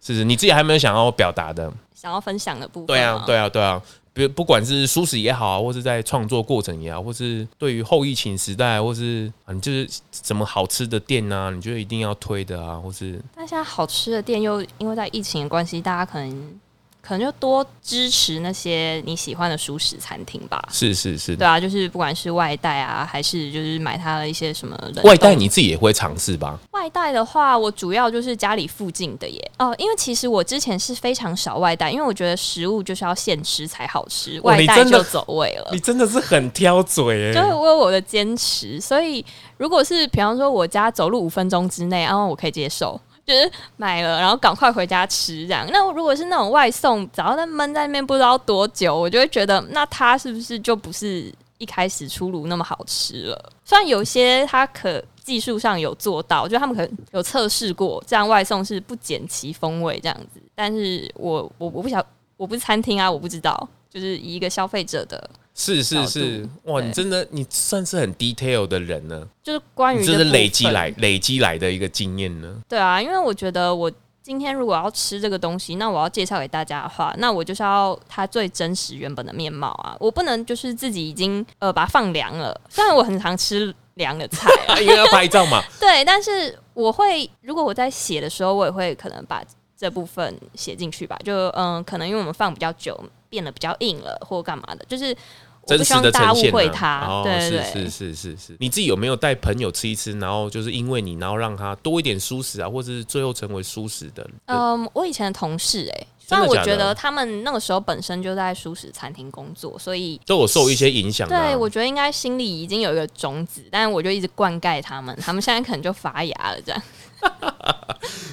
S1: 是是，你自己还没有想要表达的？
S2: 想要分享的部分，
S1: 对啊，对，啊，对啊。比如不管是舒适也好啊，或是在创作过程也好，或是对于后疫情时代，或是啊，你就是什么好吃的店啊，你觉得一定要推的啊，或是
S2: 但现在好吃的店又因为在疫情的关系，大家可能可能就多支持那些你喜欢的熟食餐厅吧。
S1: 是是是，
S2: 对啊，就是不管是外带啊，还是就是买它的一些什么冷冻
S1: 外带你自己也会尝试吧？
S2: 外带的话，我主要就是家里附近的耶。哦、因为其实我之前是非常少外带，因为我觉得食物就是要现吃才好吃，
S1: 哇
S2: 外
S1: 哦你
S2: 带
S1: 真的
S2: 就走味了
S1: 你。真的是很挑嘴
S2: 呃就是
S1: 哎、
S2: 为我的坚持，所以如果是比方说我家走路五分钟之内，然啊后我可以接受， 就是买了然后赶快回家吃这样。那如果是那种外送，只要在闷在那边不知道多久，我就会觉得那它是不是就不是一开始出炉那么好吃了？虽然有些它可技术上有做到，就他们可能有测试过，这样外送是不减其风味这样子，但是我我我不晓我不是餐厅啊，我不知道。就是以一个消费者的，
S1: 是是是
S2: 角，
S1: 哇，
S2: 对
S1: 你真的你算是很 detail 的人呢，
S2: 就是关于
S1: 你这是
S2: 部
S1: 累积
S2: 分
S1: 来累积来的一个经验呢。
S2: 对啊，因为我觉得我今天如果要吃这个东西，那我要介绍给大家的话，那我就是要它最真实原本的面貌啊，我不能就是自己已经呃把它放凉了。虽然我很常吃凉的菜 啊，
S1: 啊因为要拍照嘛，
S2: 对，但是我会如果我在写的时候，我也会可能把这部分写进去吧。就嗯，可能因为我们放比较久，变得比较硬了，或干嘛的，就是。 我
S1: 真
S2: 不希
S1: 实
S2: 望
S1: 的
S2: 大家
S1: 呈
S2: 误
S1: 现、
S2: 会
S1: 啊。
S2: 它，
S1: 哦，
S2: 对对
S1: 是
S2: 对，
S1: 是是是是。你自己有没有带朋友吃一吃，然后就是因为你，然后让他多一点舒适啊，或者是最后成为舒适的？
S2: 嗯，我以前的同事哎、欸，虽
S1: 真的
S2: 然我
S1: 假
S2: 觉
S1: 的
S2: 得他们那个时候本身就在舒适餐厅工作，所以
S1: 都有受一些影响、啊。
S2: 对我觉得应该心里已经有一个种子，但是我就一直灌溉他们， 他们现在可能就发芽了这样。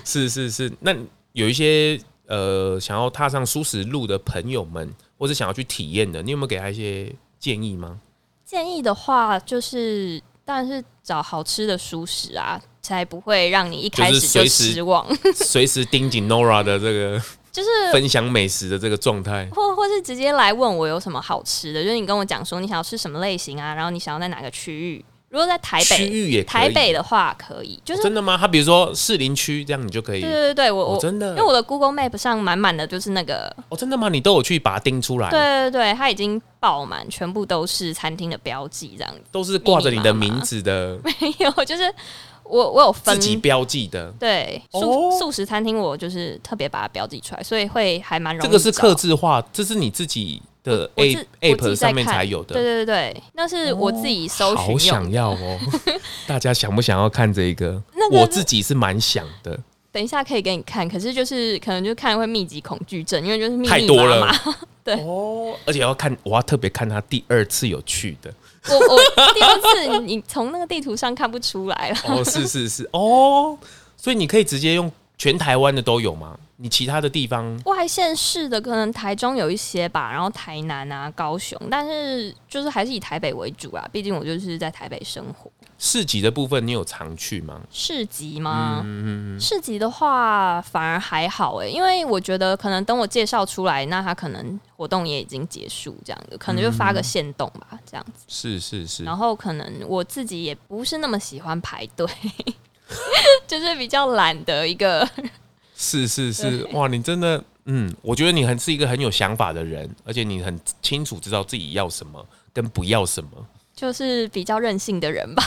S1: 是是是。那有一些呃想要踏上舒适路的朋友们，或者想要去体验的，你有没有给他一些建议 吗？
S2: 建议的话就是，当然是找好吃的熟食啊，才不会让你一开
S1: 就是
S2: 始
S1: 随
S2: 就
S1: 时
S2: 失望。
S1: 随时盯紧 Nora 的这个
S2: 就是
S1: 分享美食的这个状态。
S2: 或或是直接来问我有什么好吃的，就是你跟我讲说你想要吃什么类型啊，然后你想要在哪个区域。如果在台
S1: 区
S2: 北，
S1: 域也可以啊
S2: 台北的话可以，就是
S1: 哦真的吗？他比如说士林区这样，你就可以
S2: 对对对，我
S1: 哦
S2: 我
S1: 真的
S2: 因为我的 Google Map 上满满的就是那个，
S1: 哦，真的吗？你都有去把它盯出来，
S2: 对对对，它已经爆满，全部都是餐厅的标记这样子。
S1: 都是挂着你的
S2: 密密麻麻
S1: 名字的，
S2: 没有，就是我我有分
S1: 自己标记的。
S2: 对素、
S1: 哦
S2: 素食餐厅，我就是特别把它标记出来，所以会还蛮容
S1: 这
S2: 易找。
S1: 个是克制化，这是你自己的
S2: 我自
S1: A
S2: 我自
S1: app
S2: 己在
S1: 上
S2: 看
S1: 面才有
S2: 对
S1: 的。
S2: 对对对，那是我自己搜
S1: 好
S2: 寻用
S1: 想
S2: 的。
S1: 要 哦！大家想不想要看这个？
S2: 那个
S1: 我自己是蛮想的，
S2: 等一下可以给你看，可是就是可能就看会密集恐惧症，因为就是密密
S1: 太多了
S2: 麻麻。对
S1: 哦，而且要看，我要特别看他第二次有去的。
S2: 我我第二次你从那个地图上看不出来了。
S1: 哦，是是是，哦，所以你可以直接用全台湾的都有吗？你其他的地方
S2: 外县市的可能台中有一些吧，然后台南啊、高雄，但是就是还是以台北为主啊，毕竟我就是在台北生活。
S1: 市集的部分，你有常去吗？
S2: 市集吗？
S1: 嗯
S2: 市集的话反而还好欸诶、因为我觉得可能等我介绍出来，那他可能活动也已经结束这样子，可能就发个限动吧，这样子。
S1: 是是嗯是，
S2: 然后可能我自己也不是那么喜欢排队， 就是比较懒的一个。
S1: 是是是，哇，你真的，嗯，我觉得你很是一个很有想法的人，而且你很清楚知道自己要什么跟不要什么。
S2: 就是比较任性的人吧，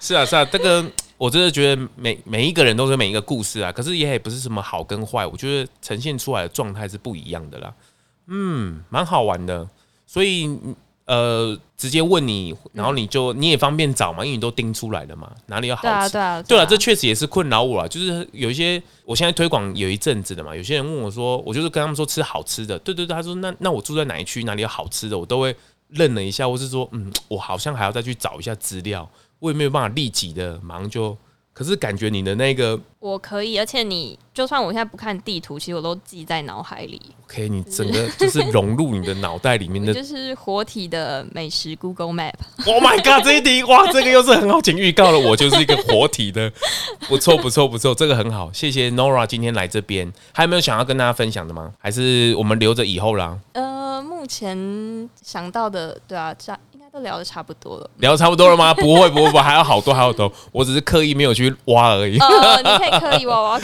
S1: 是啊是 啊，这个我真的觉得每每一个人都是每一个故事啊，可是也不是什么好跟坏，我觉得呈现出来的状态是不一样的啦。嗯，蛮好玩的，所以呃，直接问你，然后你就你也方便找嘛，因为你都盯出来了嘛，哪里有好
S2: 嗯对啊，
S1: 吃
S2: 对啊，
S1: 对
S2: 啊
S1: 了，这确实也是困扰我啊。就是有一些，我现在推广有一阵子了嘛，有些人问我说，我就是跟他们说吃好吃的，对对对，他说那那我住在哪一区，哪里有好吃的，我都会愣了一下，或是说嗯，我好像还要再去找一下资料，我也没有办法立即的马上就。可是感觉你的那个
S2: 我可以，而且你就算我现在不看地图，其实我都记在脑海里，
S1: ，OK，你整个就是融入你的脑袋里面
S2: 我
S1: 的
S2: 就是活体的美食 Google Map。
S1: Oh my god！这一题哇，这个又是很好，请预告了，我就是一个活体的， 不错不错不错，这个很好，谢谢 Nora 今天来这边，还有没有想要跟大家分享的吗？还是我们留着以后啦，
S2: 呃，目前想到的，对啊，差应该都聊的差不 多了。
S1: 聊得差不多了吗？不会不会不会，还有好多还有好多，我只是刻意没有去挖而已，
S2: 呃，你可以刻意娃娃，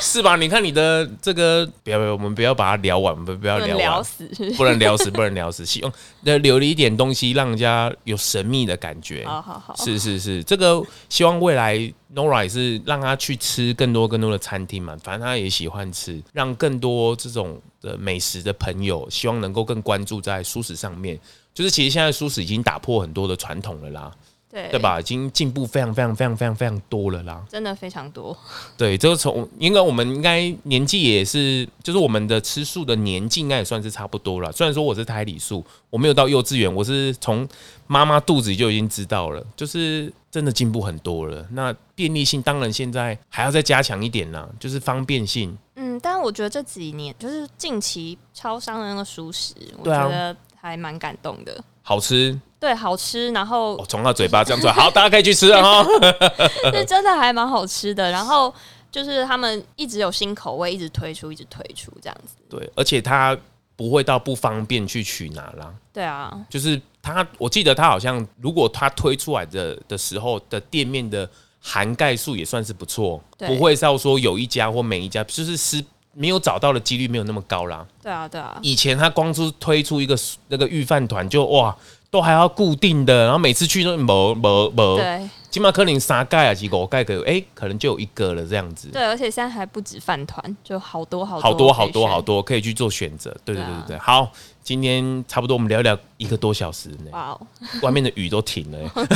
S1: 是吧？你看你的这个，不要不要，我们不要把它聊完，我们不要
S2: 不
S1: 聊完
S2: 能聊，死。
S1: 不能聊死，不能聊死，希望那留了一点东西，让人家有神秘的感觉。
S2: 好好好，
S1: 是是是，这个希望未来 Nora 也是让他去吃更多更多的餐厅嘛，反正他也喜欢吃，让更多这种的美食的朋友，希望能够更关注在素食上面。就是其实现在素食已经打破很多的传统了啦，
S2: 对
S1: 对？吧？已经进步非常非常非常非常非常多了啦。
S2: 真的非常多，
S1: 对，这个从应该我们应该年纪也是，就是我们的吃素的年纪应该也算是差不多了。虽然说我是胎里素，我没有到幼稚园，我是从妈妈肚子里就已经知道了，就是真的进步很多了。那便利性当然现在还要再加强一点啦，就是方便性。
S2: 嗯，但我觉得这几年就是近期超商的那个熟食，我
S1: 对啊
S2: 觉得还蛮感动的。
S1: 好吃，
S2: 对，好吃，然后
S1: 我从他嘴巴这样出来，好，大家可以去吃了哈。
S2: 是真的还蛮好吃的。然后就是他们一直有新口味，一直推出，一直推出这样子。
S1: 对，而且他不会到不方便去取拿啦，
S2: 对啊，
S1: 就是它，我记得它好像如果它推出来的的时候的店面的涵盖数也算是不错，
S2: 对
S1: 不会到说有一家或每一家就是是没有找到的几率没有那么高啦。
S2: 对啊，对啊，
S1: 以前他光是推出一个那个预饭团就哇。都还要固定的，然后每次去都没没没，
S2: 对
S1: 起码可能三盖啊，几个盖个，哎、可能就有一个了这样子。
S2: 对，而且现在还不止饭团，就好多好多
S1: 好多好
S2: 可以
S1: 多
S2: 选
S1: 好多可以去做选择，对对对
S2: 对啊
S1: 对对。好，今天差不多我们聊一聊一个多小时呢。
S2: 哇哦，
S1: 外面的雨都停了、欸。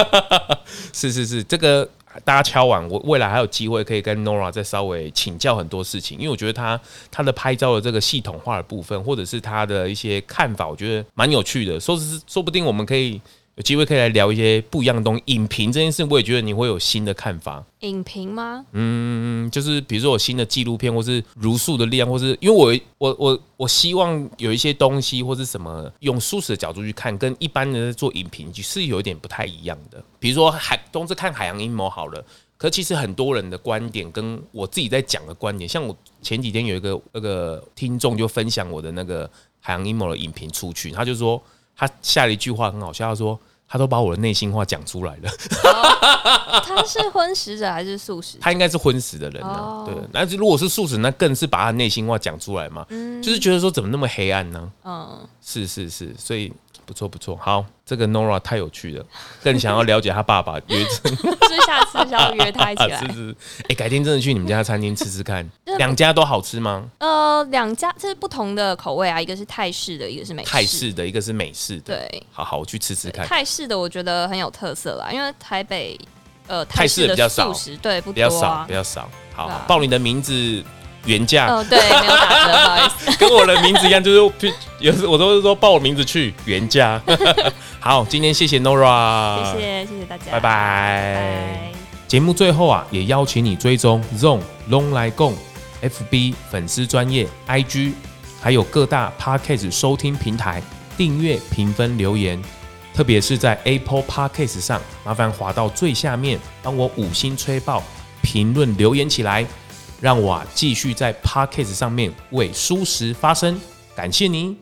S1: 是是是，这个大家敲完，我未来还有机会可以跟 Nora 再稍微请教很多事情，因为我觉得她她的拍照的这个系统化的部分，或者是她的一些看法，我觉得蛮有趣的。说是说不定我们可以。有机会可以来聊一些不一样的东西，影评这件事，我也觉得你会有新的看法。
S2: 影评吗？
S1: 嗯，就是比如说有新的纪录片，或是如素的力量，或是因为我我我我希望有一些东西或是什么，用素食的角度去看，跟一般人在做影评是有一点不太一样的。比如说海，都是看海洋阴谋好了。可其实很多人的观点跟我自己在讲的观点，像我前几天有一个那个听众就分享我的那个海洋阴谋的影评出去，他就说他下了一句话很好笑，他说他都把我的内心话讲出来了。
S2: 他是荤食者还是素 食？
S1: 他应该是昏死的人啊
S2: 哦。
S1: 对，那如果是素食，那更是把他内心话讲出来嘛，就是觉得说怎么那么黑暗呢？
S2: 嗯，
S1: 是是是，所以不错不错，好，这个 Nora 太有趣了，更想要了解他爸爸。有一 次，
S2: 所以下次是要约他一起
S1: 是
S2: 来。
S1: 是，哎、改天真的去你们家餐厅吃吃看，
S2: 就是
S1: 两家都好吃吗？
S2: 呃，两家这是不同的口味啊，一个是泰式的，一个是美式。
S1: 泰式的一个是美式的，
S2: 对，
S1: 好好，我去吃吃看。
S2: 泰式的我觉得很有特色啦，因为台北呃
S1: 泰式的比较
S2: 的
S1: 少
S2: 素食对不
S1: 比较
S2: 多
S1: 少，
S2: 啊
S1: 比，较少。好，
S2: 对啊
S1: 报你的名字原价、
S2: 嗯对，没有打折，不好意思。
S1: 跟我的名字一样，就是有时我都是说报我名字去原 价。好，今天谢谢 Nora，
S2: 谢谢谢谢大家，
S1: 拜拜
S2: 拜
S1: 节目最后啊，也邀请你追踪 Zone Long 来共 FB 粉丝专业 IG，还有各大 Podcast 收听平台订阅、评分、留言，特别是在 Apple Podcast 上，麻烦滑到最下面，帮我五星吹爆，评论留言起来，让我啊继续在 Podcast 上面为舒适发声。感谢您。